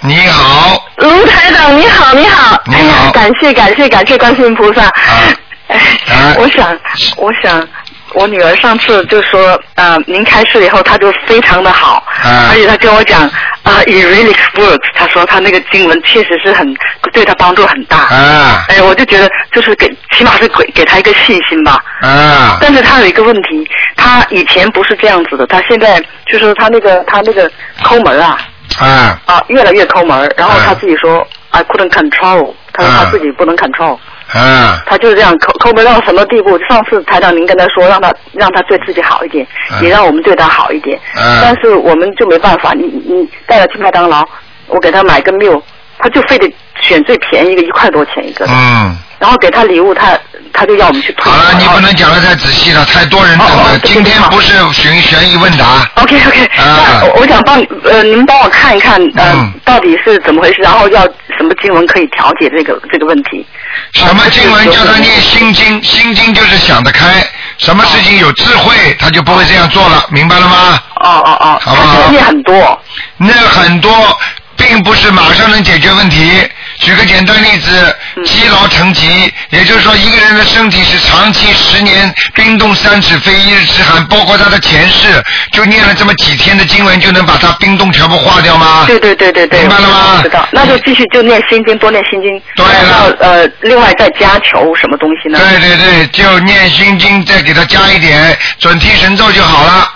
A: 你好，
I: 卢台长，你好，你好，
A: 你好
I: 哎呀，感谢感谢感谢观世音菩萨。哎
A: 啊
I: 我想，我想，我女儿上次就说，呃，您开示以后，她就非常的好，
A: 啊
I: 而且她跟我讲，啊、i t really works，她说她那个经文确实是很对她帮助很大。
A: 啊
I: 哎，我就觉得就是给，起码是给给她一个信心吧。
A: 啊
I: 但是他有一个问题，他以前不是这样子的，他现在就是他那个他那个抠门啊
A: 啊！
I: 啊，越来越抠门。然后
A: 嗯
I: 他自己说、I couldn't control，他说他
A: 嗯
I: 自己不能 control，、
A: 啊！
I: 他就是这样抠抠门到什么地步？上次台长您跟他说让他让他对自己好一点，
A: 嗯
I: 也让我们对他好一点，
A: 嗯
I: 但是我们就没办法，你你你带他去麦当劳，我给他买个 meal，他就非得选最便宜一个一块多钱一个，
A: 嗯，
I: 然后给他礼物他他就要我们去退。
A: 好了，你
I: 然后
A: 不能讲的太仔细了，太多人等
I: 哦
A: 了
I: 哦。对
A: 今天不是悬悬疑问答，
I: OK OK，、
A: 啊
I: 那我我想帮呃您帮我看一看呃、
A: 嗯
I: 到底是怎么回事，然后要什么经文可以调解这个这个问题。
A: 什么经文叫他念心经，心经就是想得开，什么事情有智慧，他就不会这样做了，明白了吗？
I: 哦哦哦，
A: 好吧
I: 他现在念很多，
A: 那很多并不是马上能解决问题。举个简单例子，
I: 嗯
A: 积劳成疾，也就是说，一个人的身体是长期十年冰冻三尺非一日之寒，包括他的前世，就念了这么几天的经文，就能把他冰冻全部化掉吗？
I: 对对对对对，
A: 明白了吗嗯
I: 我知道，那就继续就念心经，多念心经。
A: 对了
I: 然后呃，另外再加求什么东西呢？
A: 对对对，就念心经，再给他加一点准提神咒就好了，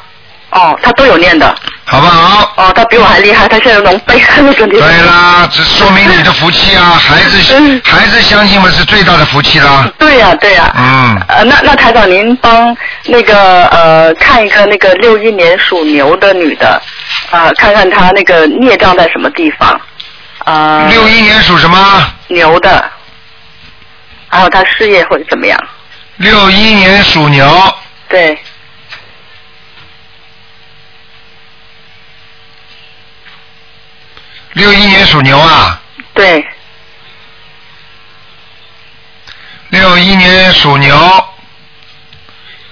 I: 哦，他都有念的。
A: 好不好？
I: 哦，他比我还厉害，他现在能背那个准提。
A: 对啦，这说明你的福气啊，孩子
I: 嗯
A: 孩子相信我是最大的福气啦。
I: 对呀、对呀、
A: 嗯
I: 呃，那那台长，您帮那个呃看一个那个六一年属牛的女的，呃，看看她那个孽障在什么地方？呃，
A: 六一年属什么？
I: 牛的，然后他事业或者怎么样？
A: 六一年属牛，
I: 对，
A: 六一年属牛啊，
I: 对，
A: 六一年属牛，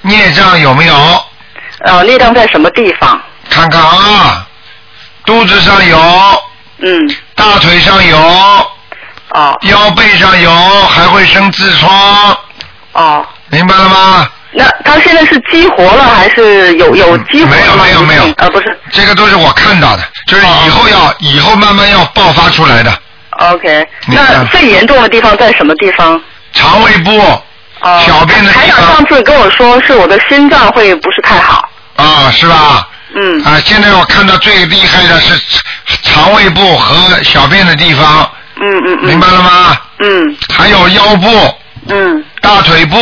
A: 孽障有没有？
I: 呃，力量在什么地方？
A: 看看啊，肚子上有，
I: 嗯，
A: 大腿上有，
I: 哦
A: 腰背上有，还会生痔疮，
I: 哦，
A: 明白了吗？
I: 那他现在是激活了还是有有激活
A: 没有
I: 了
A: 嗯
I: 吗
A: 没有没有
I: 呃，不是哦
A: 这个都是我看到的，就是以后要以后慢慢要爆发出来的，
I: ，OK，
A: 你
I: 那
A: 看
I: 最严重的地方在什么地方？
A: 肠胃部
I: 哦，
A: 小便的地方
I: 台长上次跟我说是我的心脏会不是太好，
A: 啊，是吧？
I: 嗯，
A: 啊，现在我看到最厉害的是肠胃部和小便的地方，
I: 嗯嗯嗯，
A: 明白了吗？
I: 嗯
A: 还有腰部、
I: 嗯
A: 大腿部，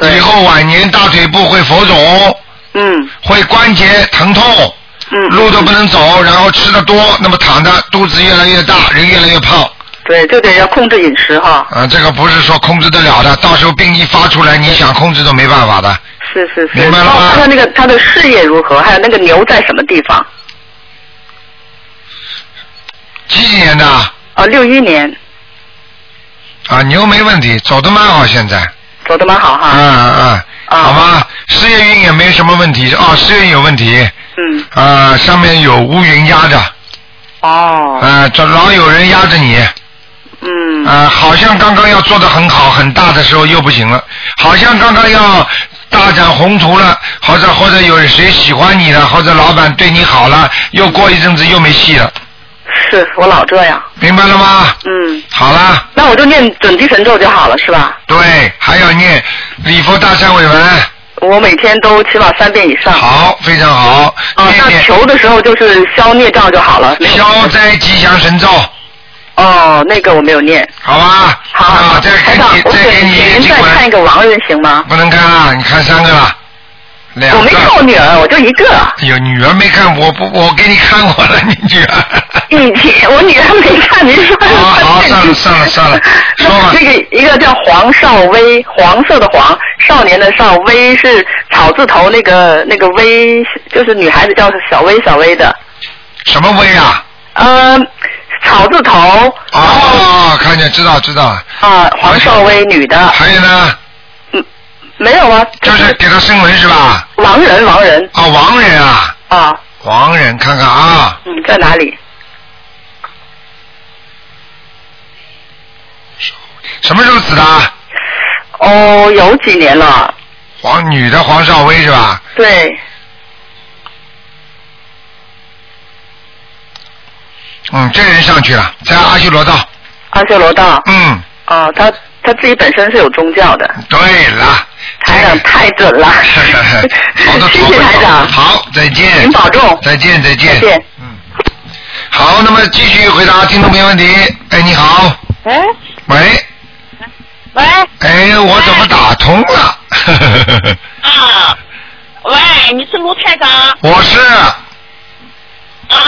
A: 以后晚年大腿部会浮肿，
I: 嗯
A: 会关节疼痛，
I: 嗯，
A: 路都不能走，然后吃的多，那么躺着肚子越来越大，人越来越胖。
I: 对，就得要控制饮食哈，
A: 啊，这个不是说控制得了的，到时候病一发出来，你想控制都没办法的。
I: 是是是，
A: 明白了吗
I: 然后他的那个他的事业如何？还有那个牛在什么地方？
A: 几几年的
I: 啊，六一年
A: 啊，牛没问题，走的蛮好，现在。
I: 走的蛮好
A: 啊
I: 哈，
A: 啊，
I: 啊
A: 好吧，事业运也没什么问题哦，事业运有问题
I: 嗯，
A: 啊，上面有乌云压着
I: 哦，
A: 啊，这老有人压着你
I: 嗯，
A: 啊，好像刚刚要做的很好很大的时候又不行了，好像刚刚要大展宏图了，或者或者有谁喜欢你了，或者老板对你好了，又过一阵子又没戏了，
I: 是我老这样，
A: 明白了吗？
I: 嗯，
A: 好啦，
I: 那我就念准提神咒就好了，是吧？
A: 对，还要念礼佛大忏悔文，
I: 我每天都起码三遍以上。
A: 好，非常好，
I: 啊，
A: 念
I: 那
A: 念
I: 求的时候就是消孽障就好了。没有
A: 消灾吉祥神咒。
I: 哦，那个我没有念。
A: 好吧，
I: 好，
A: 啊，再
I: 台
A: 给
I: 长
A: 你，
I: 我
A: 再给你
I: 给
A: 一
I: 您
A: 机
I: 再看一
A: 会，
I: 个亡人行吗？
A: 不能看了，你看三个了，两个。
I: 我没看我女儿，我就一个。
A: 哎呦，女儿没看，我不，我给你看过了，你女儿。
I: 以前我女儿没看，您说
A: 好好算了算了算了说吧
I: 那个一个叫黄少威，黄色的黄，少年的少，威是草字头那个那个威，就是女孩子叫小薇小薇的，
A: 什么威啊？
I: 呃，草字头
A: 哦，看见，知道知道了。
I: 啊、黄少威女的，嗯
A: 还有呢，
I: 没有啊，
A: 就是给他升文是吧？
I: 亡人亡人
A: 啊，亡人啊，
I: 啊，
A: 亡人，看看啊，
I: 嗯，在哪里？
A: 什么时候死的啊？
I: 哦，有几年了，
A: 黄女的黄少威是吧？
I: 对，
A: 嗯，这人上去了，在阿修罗道。
I: 阿修罗道，
A: 嗯，
I: 啊，他他自己本身是有宗教的，
A: 对 了，这
I: 台长
A: 个，
I: 太准了
A: 好的，
I: 谢谢台长，
A: 好，再见。
I: 您保重
A: 再见，再见。
I: 再见。
A: 嗯。好，那么继续回答听众朋友问题。哎，你好。
J: 哎，
A: 喂。
J: 喂
A: 哎，我怎么打通了？
J: 啊，喂，你是卢台长
A: 我是
J: 啊？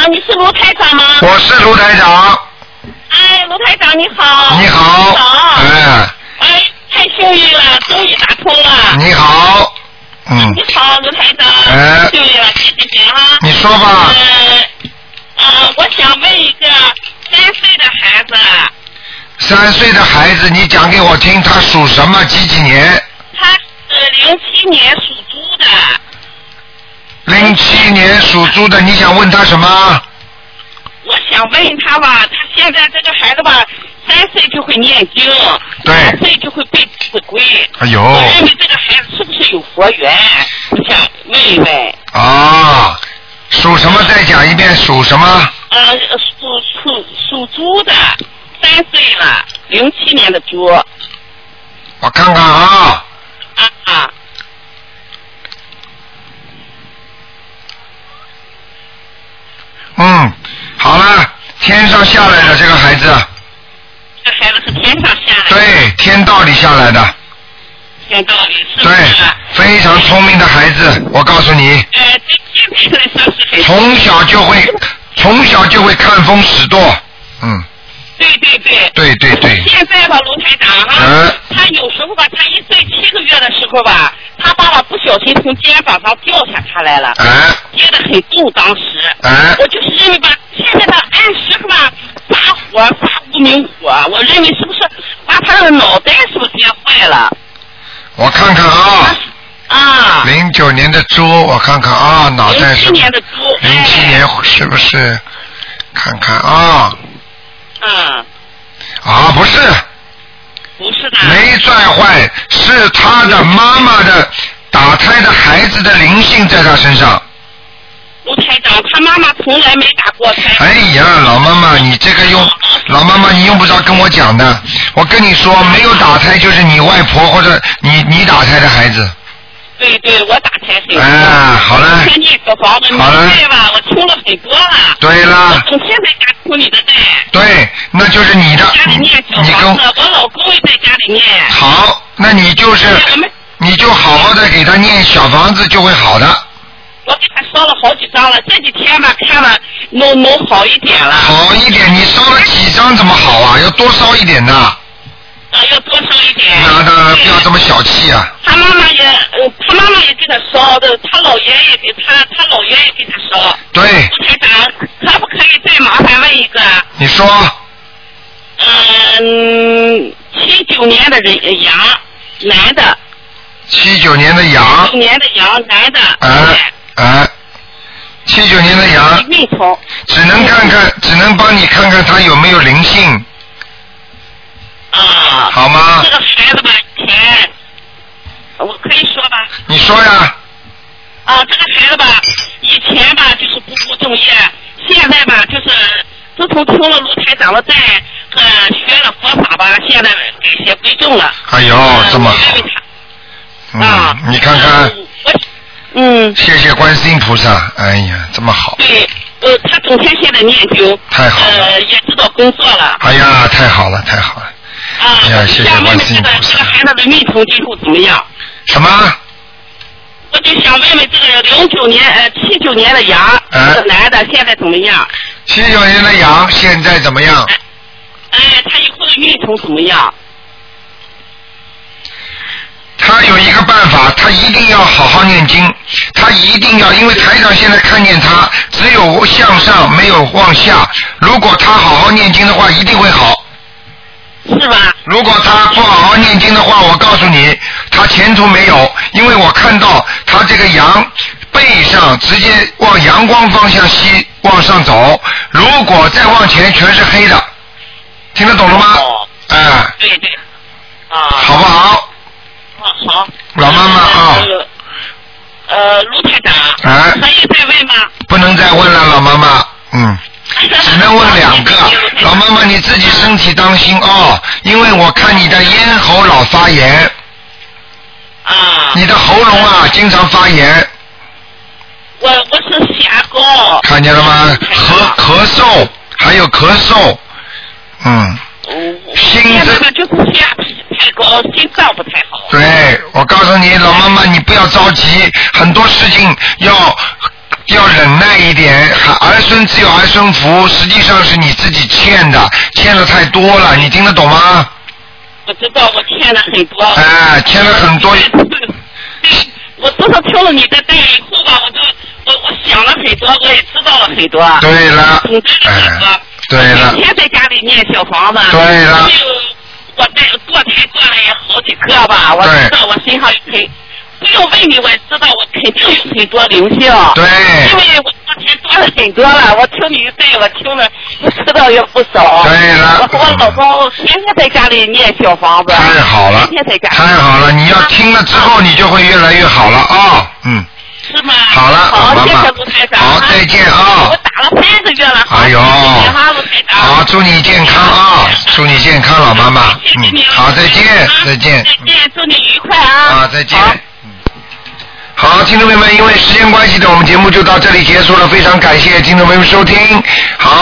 J: 你是卢台长吗？
A: 我是卢台长，
J: 哎，卢台长你好。
A: 你好。哎，
J: 哎，太幸运了，终于打通了。
A: 你好。嗯
J: 你，好，卢台长。
A: 哎
J: 幸运了，谢谢你啊。
A: 你说吧。
J: 呃，呃，我想问一个三岁的孩子，
A: 三岁的孩子，你讲给我听，他属什么？几几年？
J: 他是零七年属猪的，
A: 零七年属猪的，你想问他什么？
J: 我想问他吧，他现在这个孩子吧，三岁就会念经，
A: 对
J: 两岁就会背《弟子规》。
A: 哎呦。
J: 我问你这个孩子是不是有佛缘？我想问一问。
A: 啊，属什么？再讲一遍，属什么？
J: 呃，属属属猪的，三岁了，零七年的猪。啊
A: 我看看啊，
J: 啊，
A: 嗯，好了，天上下来的这个孩子，
J: 这孩子是天上下来的。
A: 对，天道里下来的，
J: 有道理，是不
A: 对
J: 是？，
A: 非常聪明的孩子，我告诉你，
J: 呃，这这这个算是很
A: 从小就会，从小就会看风使舵，嗯，
J: 对对对。
A: 对对对，
J: 现在吧，卢台长哈
A: 嗯，
J: 他有时候吧，他一岁七个月的时候吧，他爸爸不小心从肩膀上掉下他来了，
A: 哎
J: 跌得很重，当时。
A: 哎
J: 我就是认为吧，现在他按时候吧发火发无名火，我认为是不是把他的脑袋是不是跌坏了？
A: 我看看啊，
J: 啊，
A: 零九年的猪，我看看啊，脑袋
J: 零
A: 是
J: 七年的猪，哎
A: 零七年是不是？看看啊
J: 哎，嗯，
A: 啊，不是，
J: 不是的，
A: 没拽坏，是他的妈妈的打胎的孩子的灵性在他身上。
J: 卢台长，他妈妈从来没打过胎。
A: 哎呀，老妈妈，
J: 嗯
A: 你这个用老妈妈，你用不着跟我讲的。我跟你说，没有打胎就是你外婆或者你你打胎的孩子。
J: 对对，我打胎很多。
A: 哎好了
J: 我天天小房子，你
A: 好了
J: 对吧？我听了很多了。
A: 对
J: 我
A: 啦，
J: 整天在家听你的带，
A: 对，那就是你的
J: 在家，里
A: 你
J: 念小
A: 你
J: 房
A: 跟
J: 子，我老公也在家里念。
A: 好，那你就是
J: 哎我们
A: 你就好好的给他念小房子就会好的。
J: 我给他烧了好几张了，这几天吧，看了能能好一点了，
A: 好一点，你烧了几张怎么好啊？要多烧一点呐，
J: 呃，要多烧一点。
A: 那那不要这
J: 么。
A: 么小气啊！
J: 他妈妈也，呃他妈妈也给他烧的，他姥爷也给他，他姥爷也给他烧。
A: 对，
J: 卢台长，可不可以再麻烦问一个？
A: 你说
J: 嗯，七九年的人羊，男的，
A: 七九年的
J: 七
A: 羊
J: 九，年的羊，男的，
A: 哎哎，七九年的
J: 对
A: 羊，
J: 运头，
A: 只能看看，只能帮你看看他有没有灵性，
J: 啊，
A: 好吗
J: 这？个孩子吧，以前，我可以说吧，
A: 你说呀，
J: 啊，这个孩子吧，以前吧就是不务正业，现在吧就是自从听了卢台长的带，呃，学了佛法吧，现在改邪归正了。
A: 哎呦
J: 呃，
A: 这么
J: 我
A: 好
J: 认，为他啊
A: 嗯，，你看看，
J: 嗯，我嗯，
A: 谢谢观世音菩萨，哎呀，这么好，
J: 对，呃，他整天现在念经，
A: 太好了
J: 呃，也知道工作了，
A: 哎呀，太好了，太好了，
J: 啊，
A: 哎呀谢谢
J: 想问
A: 观
J: 问
A: 世
J: 这
A: 音
J: 个
A: 菩萨
J: 这个孩子的运程今后怎么样？
A: 什么？
J: 我就想问问这个零九年呃七九年的羊，
A: 哎
J: 这个男的现在怎么样？
A: 七九年的羊现在怎么样？
J: 哎，他以后的运程怎么样？
A: 他有一个办法，他一定要好好念经，他一定要，因为台长现在看见他只有向上没有往下，如果他好好念经的话，一定会好。
J: 是吧？
A: 如果他不好好念经的话，我告诉你，他前途没有，因为我看到他这个羊背上直接往阳光方向西往上走，如果再往前全是黑的，听得懂了吗？
J: 哦
A: 哎、
J: 对对，啊，
A: 好不好？
J: 好，好，
A: 老妈妈啊
J: 呃呃，卢台长，
A: 哎
J: 可以再问吗？。
A: 不能再问了，老妈妈，嗯。只能问两个老妈妈，你自己身体当心哦，因为我看你的咽喉老发炎，
J: 啊，
A: 你的喉咙啊经常发炎，
J: 我我是霞高，
A: 看见了吗？咳咳嗽，还有咳嗽，嗯，
J: 我
A: 心
J: 现在
A: 脏
J: 呢就是血压太高，心脏不太好。
A: 对，我告诉你，老妈妈，你不要着急，很多事情要要忍耐一点。儿孙自有儿孙福，实际上是你自己欠的，欠的太多了，你听得懂吗？
J: 我知道我欠了很多。
A: 哎，欠了很多。
J: 我自从听了你的带以后吧，我就我我想了很多，我也知道了很多。
A: 对了
J: 懂得，很多。
A: 哎，对了
J: 每，天在家里念小房子。
A: 对了
J: 还有我在堕胎过来也好几个吧，我
A: 对
J: 知道我身上有很，不用问你，我知道我肯定有很多灵性。
A: 对，
J: 因为我昨天多了很多了，我听你一对，我听了我知道也不少。
A: 对了
J: 我和我老公天天在家里念小房子。
A: 太好了
J: 天天在，家。
A: 太好了，你要听了之后，你就会越来越好了啊、嗯，
J: 是吗？
A: 好了老
J: 好，
A: 妈
J: 谢
A: 妈
J: 谢卢台长。
A: 好再见啊
J: 我打了三个月了。好
A: 哎呦
J: 谢谢你啊哈，卢台长。
A: 好，祝你健康啊、祝你健康，老妈妈，
J: 谢谢
A: 嗯
J: 你，啊
A: 好，再见，再
J: 再
A: 见，
J: 再见，祝你愉快啊。
A: 啊，再见
J: 好。
A: 嗯好，听众朋友们，因为时间关系呢，我们节目就到这里结束了。非常感谢听众朋友们收听，好。